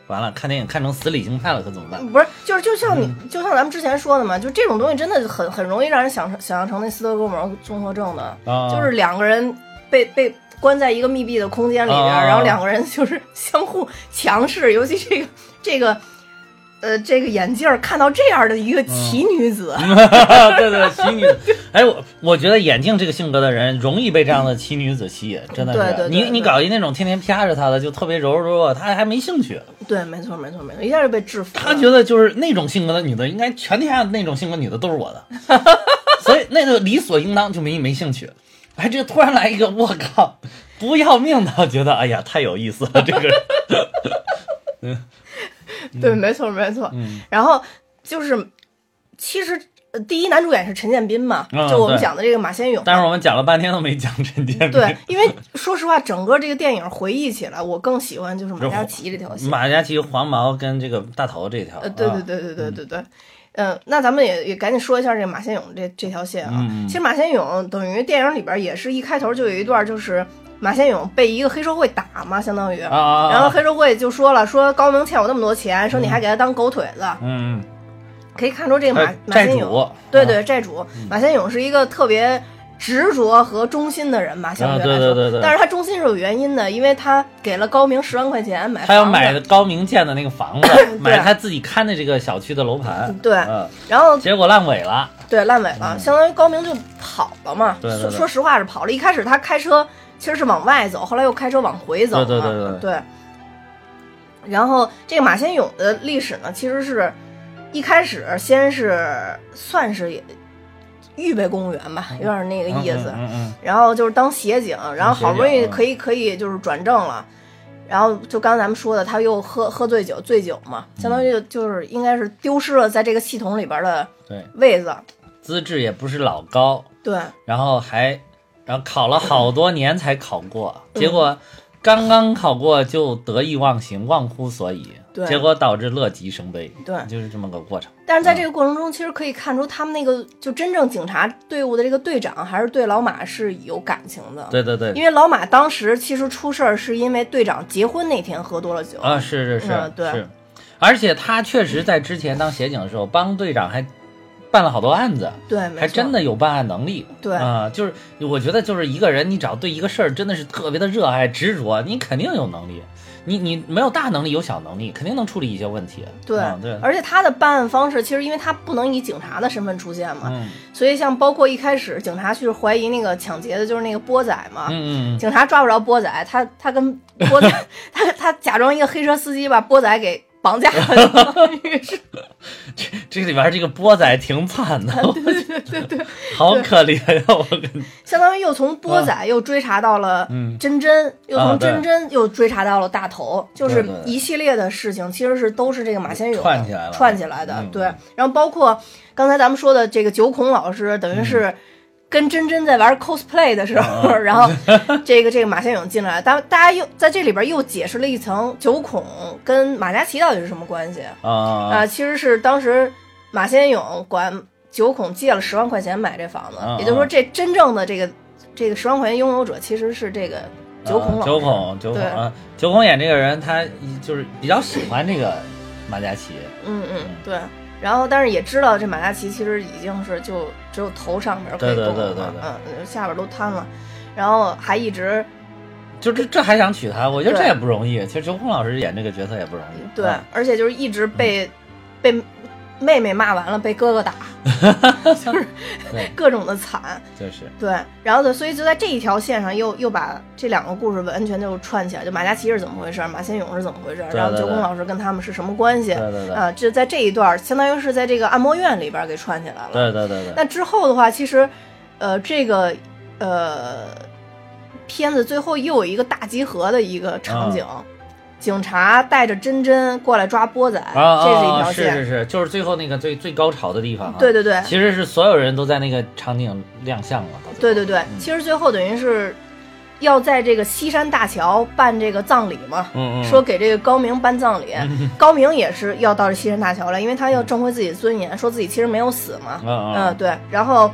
完了？看电影看成死理性派了，可怎么办？
不是，就是就像你，
嗯
就像咱们之前说的嘛，就这种东西真的很很容易让人想成想象成那斯德哥尔摩综合症的，
啊，
就是两个人被被关在一个密闭的空间里边儿，
啊
然后两个人就是相互强势，尤其这个这个。呃，这个眼镜儿看到这样的一
嗯
个奇女 子，
对对，奇女子。哎，我我觉得眼镜这个性格的人容易被这样的奇女子吸引，真的是。
对对对
你你
对
搞一那种天天啪着她的，就特别柔柔弱，她还没兴趣。
对，没错，没错，没错，一下就被制服了。
她觉得就是那种性格的女的，应该全天下那种性格女的都 是我的，所以那就理所应当就没没兴趣。哎，这突然来一个，我靠，不要命的，觉得哎呀太有意思了，这个人。 嗯
对，没错，没错。然后就是，其实、呃第一男主演是陈建斌嘛，
嗯
就我们
对
讲的这个马先勇。
但是我们讲了半天都没讲陈建斌。
对，因为说实话，整个这个电影回忆起来，我更喜欢就是马
是
嘉祺这条线。
马嘉祺、黄毛跟这个大头这条，
呃，对对
啊，
对对对对对，嗯，那咱们也也赶紧说一下这个马先勇这这条线啊。
嗯嗯
其实马先勇等于电影里边也是一开头就有一段，就是马先勇被一个黑社会打嘛，相当于。
啊啊，啊
然后黑社会就说了，说高明欠我那么多钱，说你还给他当狗腿子，
嗯，
可以看出这个马
哎
马
债
先
主
勇，，对
啊
对债主马先勇是一个特别执着和忠心的人吧，相对来说。
啊对对对对
但是他忠心是有原因的，因为他给了高明十万块钱买房子。
他要买的高明建的那个房 子，
啊
买他自己看的这个小区的楼盘，
对
嗯，
然后
结果烂尾了，
对，烂尾了，相当于高明就跑了嘛。
嗯对对
说
对
说实话是跑了，一开始他开车其实是往外走，后来又开车往回走了。
对对对对
然后这个马先勇的历史呢，其实是一开始先是算是也预备公务员吧，有点那个意思。
嗯嗯
然后就是当协警，然后好不容易可以可以就是转正了，然后就刚才咱们说的，他又喝喝醉酒，醉酒嘛，
嗯
相当于就就是应该是丢失了在这个系统里边的
嗯，对，
位子。
资质也不是老高，
对，
然后还，然后考了好多年才考过，
嗯
结果刚刚考过就得意忘形，忘乎所以，
对
结果导致乐极生悲，
对
就是这么个过程，
但是在这个过程中，其实可以看出他们那个就真正警察队伍的这个队长还是对老马是有感情的。
对对对，
因为老马当时其实出事儿是因为队长结婚那天喝多了酒。
啊，是是是，
嗯对
是。而且他确实在之前当协警的时候，帮队长还办了好多案子，
对，没错
还真的有办案能力。
对
啊、就是我觉得就是一个人，你只要对一个事儿真的是特别的热爱执着，你肯定有能力。你你没有大能力，有小能力，肯定能处理一些问题。
对、
嗯、对，
而且他的办案方式，其实因为他不能以警察的身份出现嘛，
嗯
所以像包括一开始警察去怀疑那个抢劫的就是那个波仔嘛，
嗯嗯
警察抓不着波仔，他他 跟波仔他他假装一个黑车司机把波仔给绑架了，相 当于是
嗯，这这里边这个波仔挺惨
啊
的，对对对对，好可怜呀、我跟你
相当于又从波仔又追查到了
嗯
真真，又
啊
从
对
真真又追查到了大头，就是
对对
一系列的事情，其实是都是这个马先勇
串起来了
串起来的
嗯。
对，然后包括刚才咱们说的这个九孔老师，等于
嗯
是。跟真真在玩 cosplay 的时
啊
候，然后这个这个马先勇进来，大大家又在这里边又解释了一层九孔跟马嘉祺到底是什么关系啊、
啊
其实是当时马先勇管九孔借了十万块钱买这房子，
啊
也就是说，这真正的这个这个十万块钱拥有者其实是这个九孔老
啊
师。
九孔九孔
对
啊，九孔演这个人，他就是比较喜欢这个马嘉祺，
嗯嗯，对。然后，但是也知道这马嘉祺其实已经是就只有头上边可以
对
动
对
了嘛，
对对
嗯，下边都瘫了，然后还一直
就这这还想娶她，我觉得
对
这也不容易。其实周孔老师演这个角色也不容易，
对，
啊
而且就是一直被、
嗯
被妹妹骂完了，被哥哥 打，就是
对
各种的惨。
就是
对，然后呢，所以就在这一条线上又又把这两个故事完全就串起来，就马嘉祺是怎么回事，马先勇是怎么回事，
对
然后
对
九
对
孔老师跟他们是什么关系
对对对
啊？这在这一段儿相当于是在这个按摩院里边儿给串起来了。
对对对对，
那之后的话，其实，呃，这个呃片子最后又有一个大集合的一个
啊
场景，警察带着真真过来抓波仔，
啊啊
这是一
啊
条
是
线。
是是，就是最后那个最最高潮的地方啊，
对对对，
其实是所有人都在那个场景亮相了，到最后
对对对，
嗯
其实最后等于是要在这个西山大桥办这个葬礼嘛，
嗯嗯，嗯
说给这个高明办葬礼，高明也是要到这西山大桥来，因为他要挣回自己的尊严，说自己其实没有死嘛。
嗯
嗯，
嗯
对。然后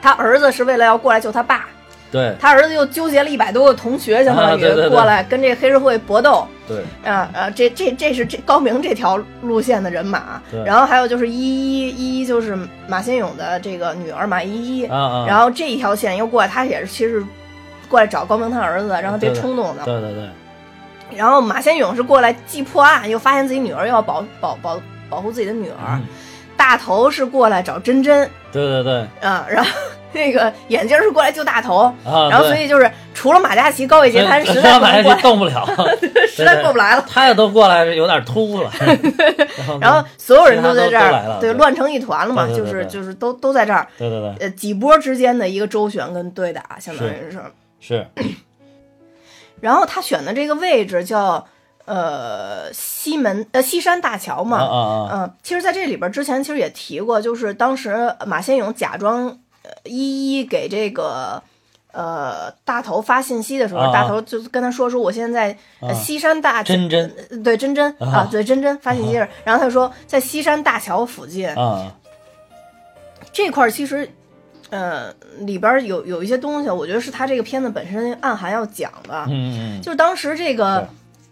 他儿子是为了要过来救他爸，
对
他儿子又纠结了一百多个同学，相当于
啊对对对
过来跟这黑社会搏斗。
对
啊啊，这这这是这高明这条路线的人马啊
对，
然后还有就是依依依依就是马先勇的这个女儿马依依，
啊啊，
然后这一条线又过来，他也是其实过来找高明他儿子，让他别
对对
冲动的。
对对对
然后马先勇是过来既破案，又发现自己女儿要保保保保护自己的女儿
嗯，
大头是过来找珍珍
对对对
啊，然后 那个眼镜是过来救大头，
啊，
然后所
对
以就是除了马嘉祺、高伟杰，他是实
所以
在不
马
能
嘉
过
祺
来，
动 不了，
实在过不来了。
他也都过来有点 突了，
然后所有人都在这
嗯其他都都来
儿，
了
对，
对
乱成一团了嘛，
对对
就
对
是
对
就是都都在这儿，
对对对
呃，几波之间的一个周旋跟对打，相当于是。
是
然后他选的这个位置叫呃西门呃西山大桥
啊
嘛，
啊啊，
嗯，其实在这里边之前其实也提过，就是当时马先勇假装呃一一给这个。呃，大头发信息的时候，
啊
大头就跟他说说我现在、呃
啊
西山大桥
真真
呃对真真啊
啊
对真真发信息的时候，然后他就说在西山大桥附近、
啊
这块，其实呃里边有有一些东西，我觉得是他这个片子本身暗含要讲的，
嗯嗯
就是当时这个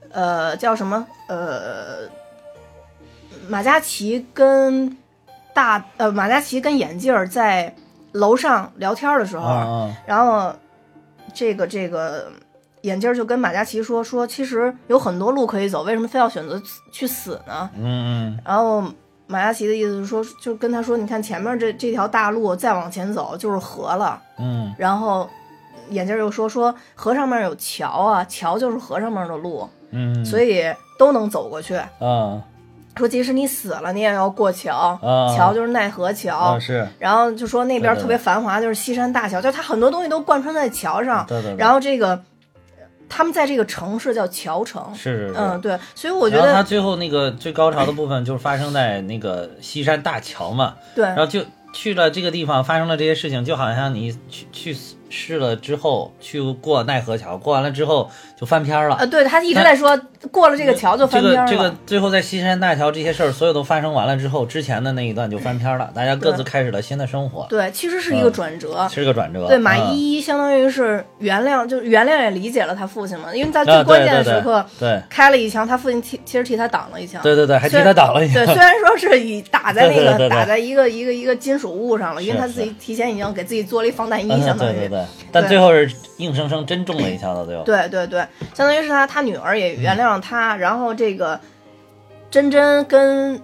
对，
呃，叫什么？呃，马嘉祺跟大呃马嘉祺跟眼镜儿在楼上聊天的时
嗯
候，
啊啊
然后这个这个眼镜儿就跟马嘉祺说说，其实有很多路可以走，为什么非要选择去死呢？
嗯嗯
然后马嘉祺的意思是说，就跟他说，你看前面这这条大路再往前走就是河了。
嗯
然后眼镜儿又说说河上面有桥啊，桥就是河上面的路，
嗯，
所以哦都能走过去。
啊
说即使你死了，你也要过桥，
啊
桥就是奈何桥
啊。是，
然后就说那边
对对
特别繁华，就是西山大桥，就是它很多东西都贯穿在桥上。
对对对，
然后这个他们在这个城市叫桥城，
是是是，
嗯，对，所以我觉
然后他
得
最后那个最高潮的部分就是发生在那个西山大桥嘛，
对
然后就去了这个地方，发生了这些事情，就好像你去去试了之后去过奈何桥，过完了之后就翻篇儿了
啊，。对他一直在说过了这个桥就翻篇了。
这个这个最后在西山大桥这些事儿，所有都发生完了之后，之前的那一段就翻篇儿了，大家各自开始了新的生活，
对，其实是一个转折。
是个转折。
对，马
嗯
依依相当于是原谅，就是原谅也理解了他父亲嘛，因为在
啊
最关键的
对对
时刻
对
开了一枪，他父亲替其实替他挡了一枪。
对对对，还替
虽然
他挡了一下
对，。 虽然说是以打在那
对对对
个
对对
打在一个一个一个金属物上了，因为
是
他自己
是
提前已经给自己做了一防弹衣，
嗯
相当
对
于
对对，但最后是硬生生真中了一枪的，最后。
对对对，相当于是他他女儿也原谅他，然后这个真真跟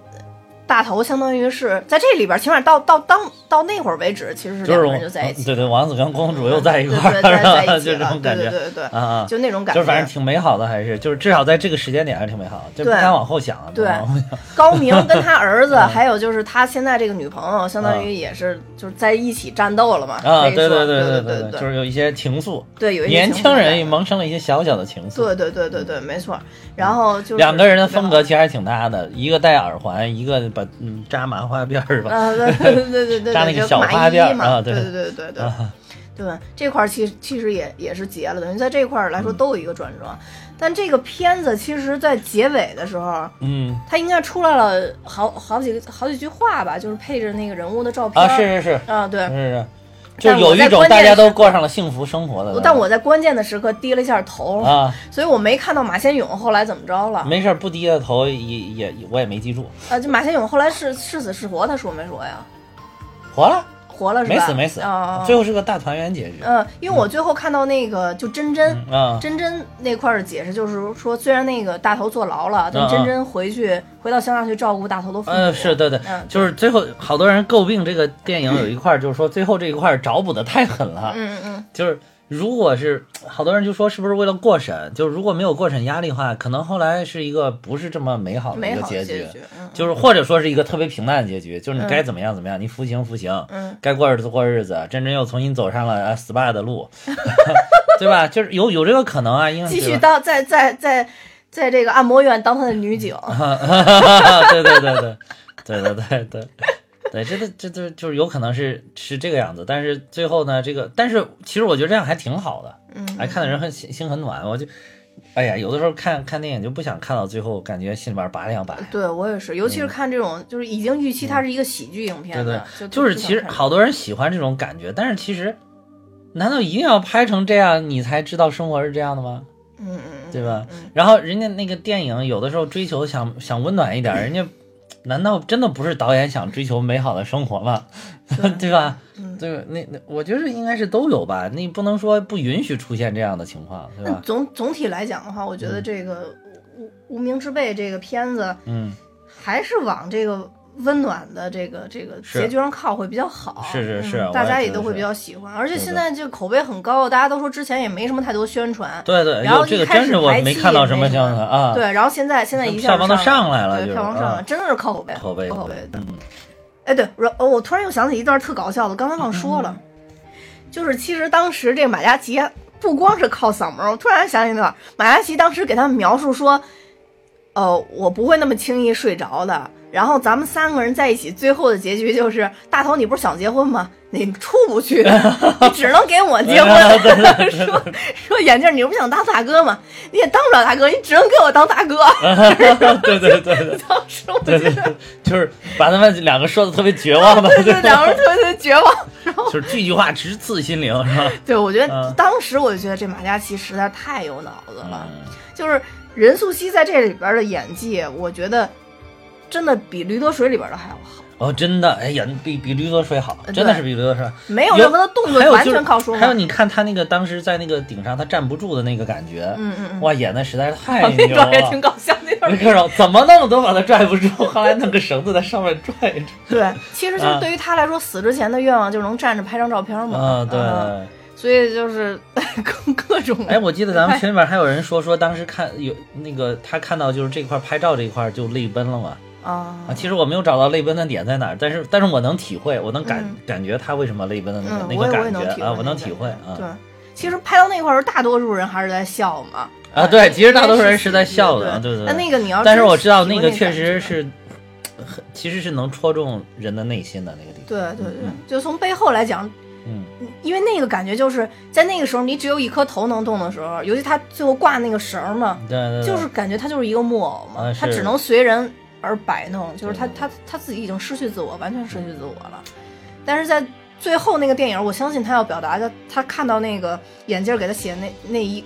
大头相当于是在这里边，起码到到当到那会儿为止，其实是
就是
两个
我嗯
人就在一起，
对对，王子跟公主又在一块
对
儿
对对在
了，
一起
就这
了，
种
对
感
对
觉
对对，
啊啊，
就那种感
就
觉，
是反正挺美好的，还是就是至少在这个时间点还是挺美好的，就不
对
敢往后想啊。不
对
敢往后想
高明跟他儿
嗯
子，还有就是他现在这个女朋友，相当于也是就是在一起战斗了嘛，
啊，
可以
对
说
对
对
对
对
对就是有一些情愫，
对有一些
年
情
轻
况
人
在
也萌生了一些小小的情愫。
对对对对对，没错。然后就是
两个人的风格其实还挺搭的，一个戴耳环，一个把嗯扎麻花辫儿吧。
啊，对 对对对对对，
扎那个
就
小
马
花
伊
辫儿
嘛，
啊
对
对啊
对对对对。对，这块儿其实其实也也是结了，等于在这块儿来说
嗯
都有一个转折。但这个片子其实，在结尾的时候，
嗯
它应该出来了好好几个好几句话吧，就是配着那个人物的照片
啊，是嗯是是
啊，对
是。是，就
但
有
我在
一种
关键
大家
时
都过上了幸福生活的。
但我在关键的时刻低了一下头，
啊，
所以我没看到马先勇后来怎么着了
没事儿，不低着头也也我也没记住，
啊？就马先勇后来是是死是活，他说没说呀？
活了，
活了是吧？
没死没死
啊，
最后是个大团圆结局。
嗯，因为我最后看到那个就真真、
嗯啊，
真真那块儿的解释，就是说虽然那个大头坐牢了，但
嗯嗯
真真回去、回到乡下去照顾大头的父母。
嗯，是对对
嗯，
就是最后好多人诟病这个电影有一块儿，就是说最后这一块儿找补的太狠了。
嗯嗯
就是如果是好多人就说是不是为了过审，就是如果没有过审压力的话，可能后来是一个不是这么美好
嗯，
的
美
一个
好的
结
结
局，
局。嗯
就是或者说是一个特别平淡的结局，就是你该怎么样怎么样，你服刑服刑，
嗯，
该过日子过日子，真真又重新走上了呃 SPA 的路， 对吧？就是有有这个可能啊，因为
继续
对吧
当在在在在这个按摩院当他的女警。
啊 对对对对对对对对。对，这个这这就是有可能是是这个样子，但是最后呢，这个但是其实我觉得这样还挺好的，
嗯，
哎，看的人很心心很暖。我就，哎呀，有的时候看看电影就不想看到最后，感觉心里边拔凉拔凉。
对我也是，尤其是看这种就是已经预期它是一个喜剧影片
对
的，
嗯对，
就
就是其实
不想看
好多人喜欢这种感觉，但是其实，难道一定要拍成这样你才知道生活是这样的吗？
嗯嗯嗯，
对吧
嗯？
然后人家那个电影有的时候追求想想温暖一点，人家 难道真的不是导演想追求美好的生活吗？ 对吧？
嗯
对吧，那那我觉得应该是都有吧，那不能说不允许出现这样的情况，对
那
吧？
总总体来讲的话，我觉得这个无无名之辈这个片子
嗯，
还是往这个温暖的这个这个
是
结局上靠会比较好，
是是是
嗯
我也
大家也
觉得
都会
是
比较喜欢，而且
对
现
对
在这个口碑很高，大家都说之前也没什么太多宣传，
对对，
然后
有这
一
个
开
真
始
是我
排
没
期
看
也
到什
没
么
什
宣
么
传啊。
对，然后现在现在一下
票房都
就上
上来了
对，
就是
票房上来，
嗯
真的是靠口碑，
口碑嗯
靠口碑
口
的。
碑
哎，对，我哦我突然又想起一段特搞笑的，刚才忘说了，
嗯
就是其实当时这马嘉祺不光是靠嗓门儿，我突然想起那段儿马嘉祺当时给他们描述说，呃，我不会那么轻易睡着的。然后咱们三个人在一起，最后的结局就是大头，你不是想结婚吗？你出不去， 你只能给我结婚。说说眼镜，你不是想当大哥吗？你也当不了大哥，你只能给我当 大哥。
对对对对
当时我
对
觉
对
得，
对，就是把他们两个说的特别绝望的，
对对，两 个人特别绝望。
就是句句话直刺心灵，是吧？
对，我觉得
嗯
当时我就觉得这马嘉祺实在太有脑子了，
嗯
就是任素汐在这里边的演技，我觉得真的比《驴得水》里边的还要好，
哦，真的，哎呀，比比驴得水好，
呃对
真的是比驴得水好。
没有任何的动作
还，有
完
就是
全靠说话。
还有你看他那个当时在那个顶上他站不住的那个感觉，
嗯嗯嗯，
哇，演的实在是 太
那
牛
段也挺
了。
搞笑， 那段
没看着，怎么弄都把他拽不住，后来弄个绳子在上面拽着。
对，其实就是
啊
对于他来说，死之前的愿望就是能站着拍张照片嘛。
啊，对。
嗯所以就是 各各种
哎，我记得咱们群里边还有人说说，当时看有那个他看到就是这块拍照这一块就泪奔了嘛。
啊
啊，，其实我没有找到泪奔的点在哪儿，但是但是我能体会，我能感、
嗯
感觉他为什么泪奔的那个、
嗯，
那
我也我
个
也
感
能体
觉
会
啊，我能
那个
体会
感觉
啊
对，其实拍到那块儿，大多数人还是在笑嘛。
啊，对，其实
因为
大多数人
喜
是在
剧
笑的，啊对
那
对
那个你要，
但是我知道那
个
个确
感觉。
实是，很其实是能戳中人的内心的那个地方。
对对对
嗯，
就从背后来讲，
嗯，
因为那个感觉就是在那个时候，你只有一颗头能动的时候，尤其他最后挂那个绳儿嘛，
对对对，
就是感觉他就是一个木偶嘛，
啊
他
是
只能随人而摆弄，就是他
对
他他自己已经失去自我，完全失去自我了。但是在最后那个电影，我相信他要表达的，他看到那个眼镜儿给他写的那那一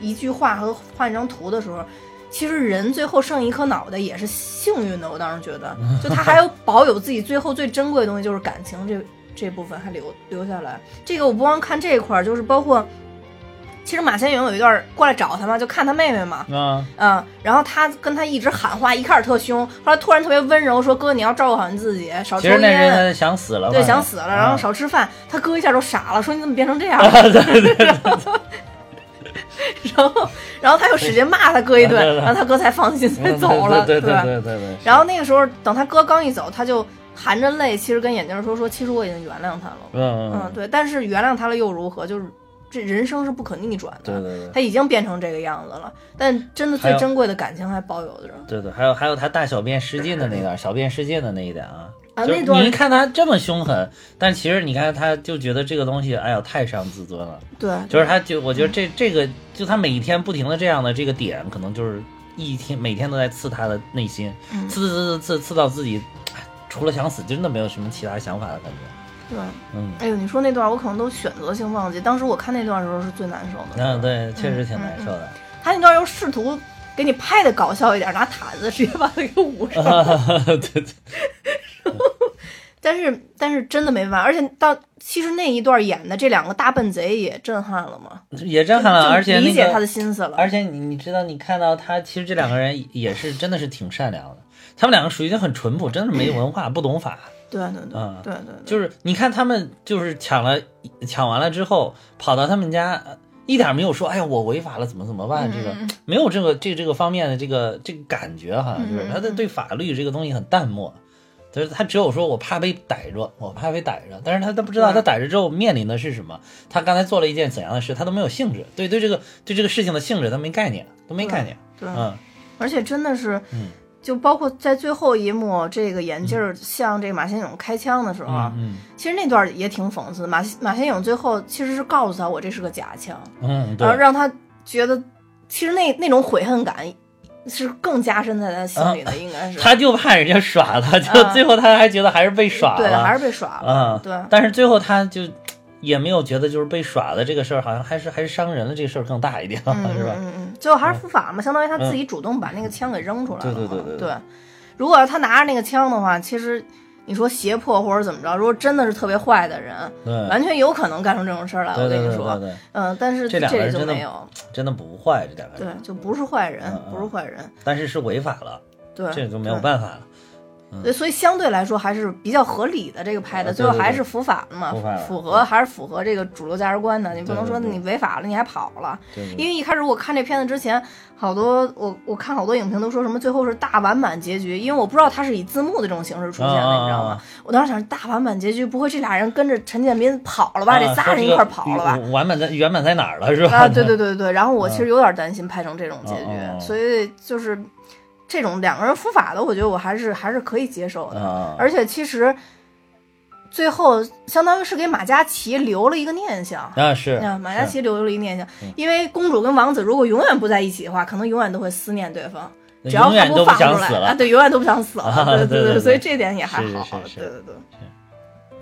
一句话和画一张图的时候。其实人最后剩一颗脑袋也是幸运的，我当时觉得，就他 还有保有自己最后最珍贵的东西，就是感情这这部分还留留下来。这个我不光看这一块儿，就是包括，其实马先勇有一段儿过来找他嘛，就看他妹妹嘛，
啊，
嗯，然后他跟他一直喊话，一开始特凶，后来突然特别温柔，说：“哥，你要照顾好你自己，少抽
其实那人
烟，
他想死了吧，
对，想死了，
啊
然后少吃饭。他哥一下都傻了，说：“你怎么变成这样
啊，
了
对对对，？”
然后，然后他又使劲骂他哥一顿，然后他哥才放心才走了，
嗯对对
吧
对对对，
然后那个时候，等他哥刚一走，他就含着泪，其实跟眼镜说：“说其实我已经原谅他了。”
嗯
嗯，
嗯，
对，但是原谅他了又如何？就是这人生是不可逆转的，
对对对
他已经变成这个样子了，但真的
还
最
有
珍贵的感情还保有着。
对对，还有还有他大小便失禁的那段，小便失禁的那一点啊。
啊，
就
那
是
段
你一看他这么凶狠，但其实你看他就觉得这个东西，哎呦太伤自尊了。
对，
就是他就我觉得这这个就他每天不停的这样的这个点，可能就是一天每天都在刺他的内心，
嗯
刺刺刺刺刺到自己，哎除了想死，真的没有什么其他想法的感觉。
对，
嗯，
哎呦，你说那段我可能都选择性忘记，当时我看那段的时候是最难受的。
那对，确实挺难 受的。
他那段又试图给你拍的搞笑一点，拿毯子直接把他给捂 上，
对对，
但是但是真的没办法，而且到其实那一段演的这两个大笨贼也震撼了嘛，
对也震撼了，
就
而且
理
那
解他
个
的，心思了。
而且你你知道，你看到他，其实这两个人也是真的是挺善良的，他们两个属于就很淳朴，真的是没文化，不懂法。
对对对、
嗯
对对对，
就是你看他们就是抢了抢完了之后，跑到他们家，呃一点没有说哎呀我违法了怎么怎么办，这个
嗯
没有这个这这个方面的这个这个感觉哈，
嗯
就是他的
嗯
对法律这个东西很淡漠。就是他只有说，我怕被逮着，我怕被逮着，但是他都不知道他
对
逮着之后面临的是什么，他刚才做了一件怎样的事，他都没有兴致，对对这个对这个事情的性质他没概念，都没概念，
对，
嗯，
而且真的是
嗯，
就包括在最后一幕，这个眼镜儿向这个马先勇开枪的时候，啊
嗯嗯
其实那段也挺讽刺的。马马先勇最后其实是告诉他，我这是个假枪，
嗯，对
然后，啊让他觉得，其实那那种悔恨感是更加深在他心里
啊
的，应 该是
他就怕人家耍他，就
啊
最后他还觉得还是被耍
对，
了，
还是被耍了。
啊，
对
但是最后他就也没有觉得就是被耍的这个事儿，好像还是还是伤人了这个事儿更大一点，
嗯
是
嗯
吧？嗯
嗯嗯，最后还是伏法嘛，相当于他自己主动把那个枪给扔出来了嘛。
对对对对对
对。如果要他拿着那个枪的话，其实你说胁迫或者怎么着，如果真的是特别坏的人，
对，
嗯完全有可能干出这种事儿来。
嗯对
我跟
对对
你
对
说，
对，
嗯，但是
这两个
里
人
就
真的
没有，
真的不坏这两个
对
人，，
就不是坏人
嗯，嗯
不是坏人，
但是是违法了，
对，
这个就没有
对
办法了。
对，所以相对来说还是比较合理的这个拍的，
嗯啊对
最后
对对
还是伏法了嘛
伏法了，
符
对
合还是符合这个主流价值观的。你不能
对
说
对嗯对
你违法了你还跑了，
对对
因为一开始我看这片子之前，好多我我看好多影评都说什么最后是大完满结局，因为我不知道它是以字幕的这种形式出现
啊啊
的，
啊
你知道吗？我当时想大完满结局，不会这俩人跟着陈建斌跑了吧？
啊
这仨人一块跑了吧？？
说这个完满在圆满在哪儿了是吧？嗯
啊，对对对对，然后我其实有点担心拍成这种结局，
嗯嗯嗯
所以就是这种两个人伏法的，我觉得我还是还是可以接受的。
啊，
而且其实最后相当于是给马嘉祺留了一个念想。
啊是
啊，马嘉
是嗯
祺留了一个念想，因为公主跟王子如果永远不在一起的话，可能永远都会思念对方，只要
永
他
远
不
都不
放出
想
来
死
啊，
了，
对，永远都不想死了，
啊
对
对对对
所以这点也还
是是
好，
是是
对对对，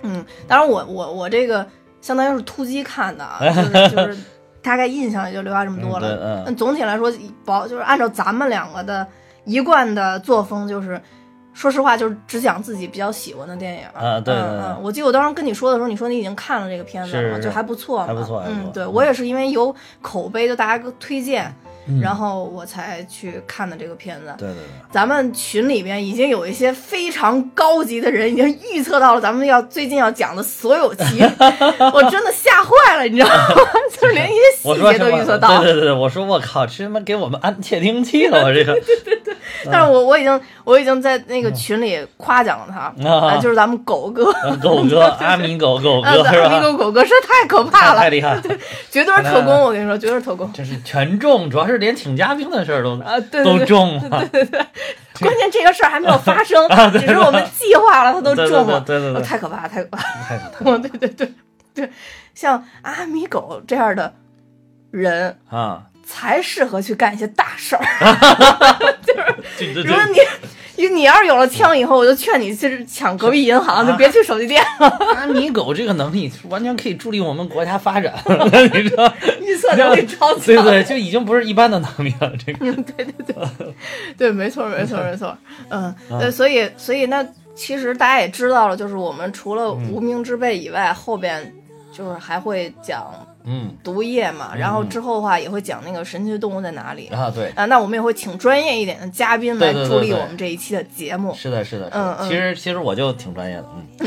嗯，当然我我我这个相当于是突击看的啊，就是就是 大概印象也就留下这么多
嗯对
了，
嗯
但总体来说，保就是按照咱们两个的一贯的作风，就是说实话，就是只讲自己比较喜欢的电影。
啊
嗯
对对对
嗯，我记得我当时跟你说的时候，你说你已经看了这个片子
是
了，
是
就还不错嘛，
还不错还不
嗯
错，
对
嗯
我也是因为有口碑，就大家推荐，
嗯
然后我才去看的这个片子。
对对对。
咱们群里面已经有一些非常高级的人，已经预测到了咱们要最近要讲的所有 集，我真的吓坏了，你知道吗？就是连一些细
我说
节都
什么
预测到了。
对对对，我说我靠，这他妈给我们安窃听器了，我这个嗯
但是我我已经我已经在那个群里夸奖了他，
啊
啊，就是咱们狗哥，
狗哥阿米狗狗
啊，
哥
咱
是
们那
吧？
个狗哥实在太可怕
太
了，
厉害 了，嗯
绝对是特
来来
工，我跟你说，绝对是特工。
这是全中，主要是连请嘉宾的事儿都
啊，对
都
对对，
中了，
关键这个事儿还没有发 生，只是我们计划了，他都
啊
哦
对对
中了，
对对对 对
啊太可怕，太可怕，
太太
对对对，像阿米狗这样的人
啊，
才适合去干一些大事儿。
就你这
如果你你要是有了枪以后，我就劝你去抢隔壁银行，就别去手机店。
阿米啊狗这个能力是完全可以助力我们国家 发展，你知道？
预测能 力超强，
啊对对，就已经不是一般的能力了。这个
嗯，对对对，对，没错，没错，没错，
啊
嗯，对，所以，所以那其实大家也知道了，就是我们除了
嗯
无名之辈以外，后边就是还会讲
嗯
毒液嘛，然后之后的话也会讲那个神奇动物在哪里
啊，对，
啊，那我们也会请专业一点的嘉宾来
对对对
助力
对
我们这一期的节目。
是的，是的，是
嗯
的
嗯
其实其实我就挺专业的，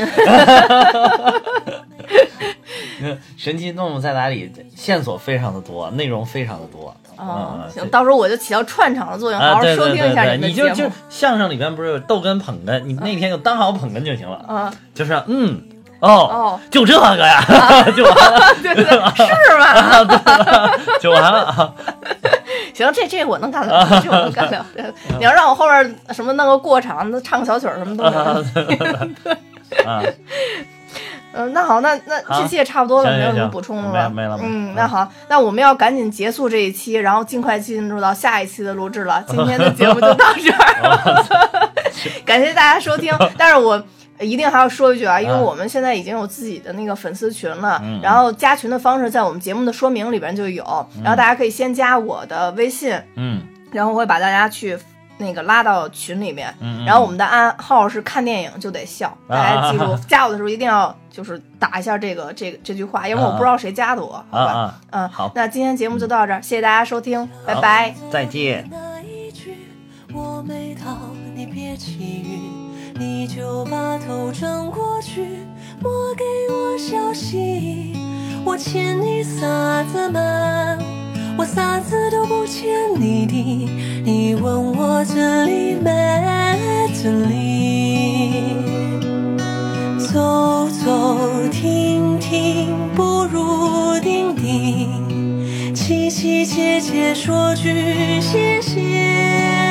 嗯。神奇动物在哪里？线索非常的多，内容非常的多。
啊，行，
嗯
到时候我就起到串场的作用，好
啊，
好
对
收
对
听一
对
下
对，
们
你就
的节
就
目。嗯
相声里边不是有逗哏捧哏，你那天就当好捧哏就行了，
啊，
就是嗯哦
哦
就这个呀， 就完了，
对对，对是吧？
就完了啊！
行，这这我能干了，这我能干了。
啊
对 你要让我后边什么弄个过场，那唱个小曲儿什么都没问题。
啊，
嗯，那好，那那
好
这期也差不多了，
行
没有
行
什么
行
补充的
没
了。
没了没了
嗯，那好，那我们要赶紧结束这一期，然后尽快进入到下一期的录制了。今天的节目就到这儿
哦
感谢大家收听。但是我一定还要说一句啊，因为
啊
我们现在已经有自己的那个粉丝群了，
嗯
然后加群的方式在我们节目的说明里边就有，然后大家可以先加我的微信，
嗯
然后我会把大家去。那个拉到群里面，
嗯，嗯
然后我们的暗号是看电影就得笑，大家记住
啊，
加我的时候一定要就是打一下这个这个这句话，要不然我不知道谁加的我，好
啊
吧？
啊，
嗯，
好
那今天节目就到这儿，谢谢大家收听，拜拜。
再见。
那一句我没到，你别起晕，你就把头转过去，莫给我消息。我欠你啥子嘛？我啥子都不欠你的。你问我这里没这里，走走停停不如定定。凄凄切切说句谢谢。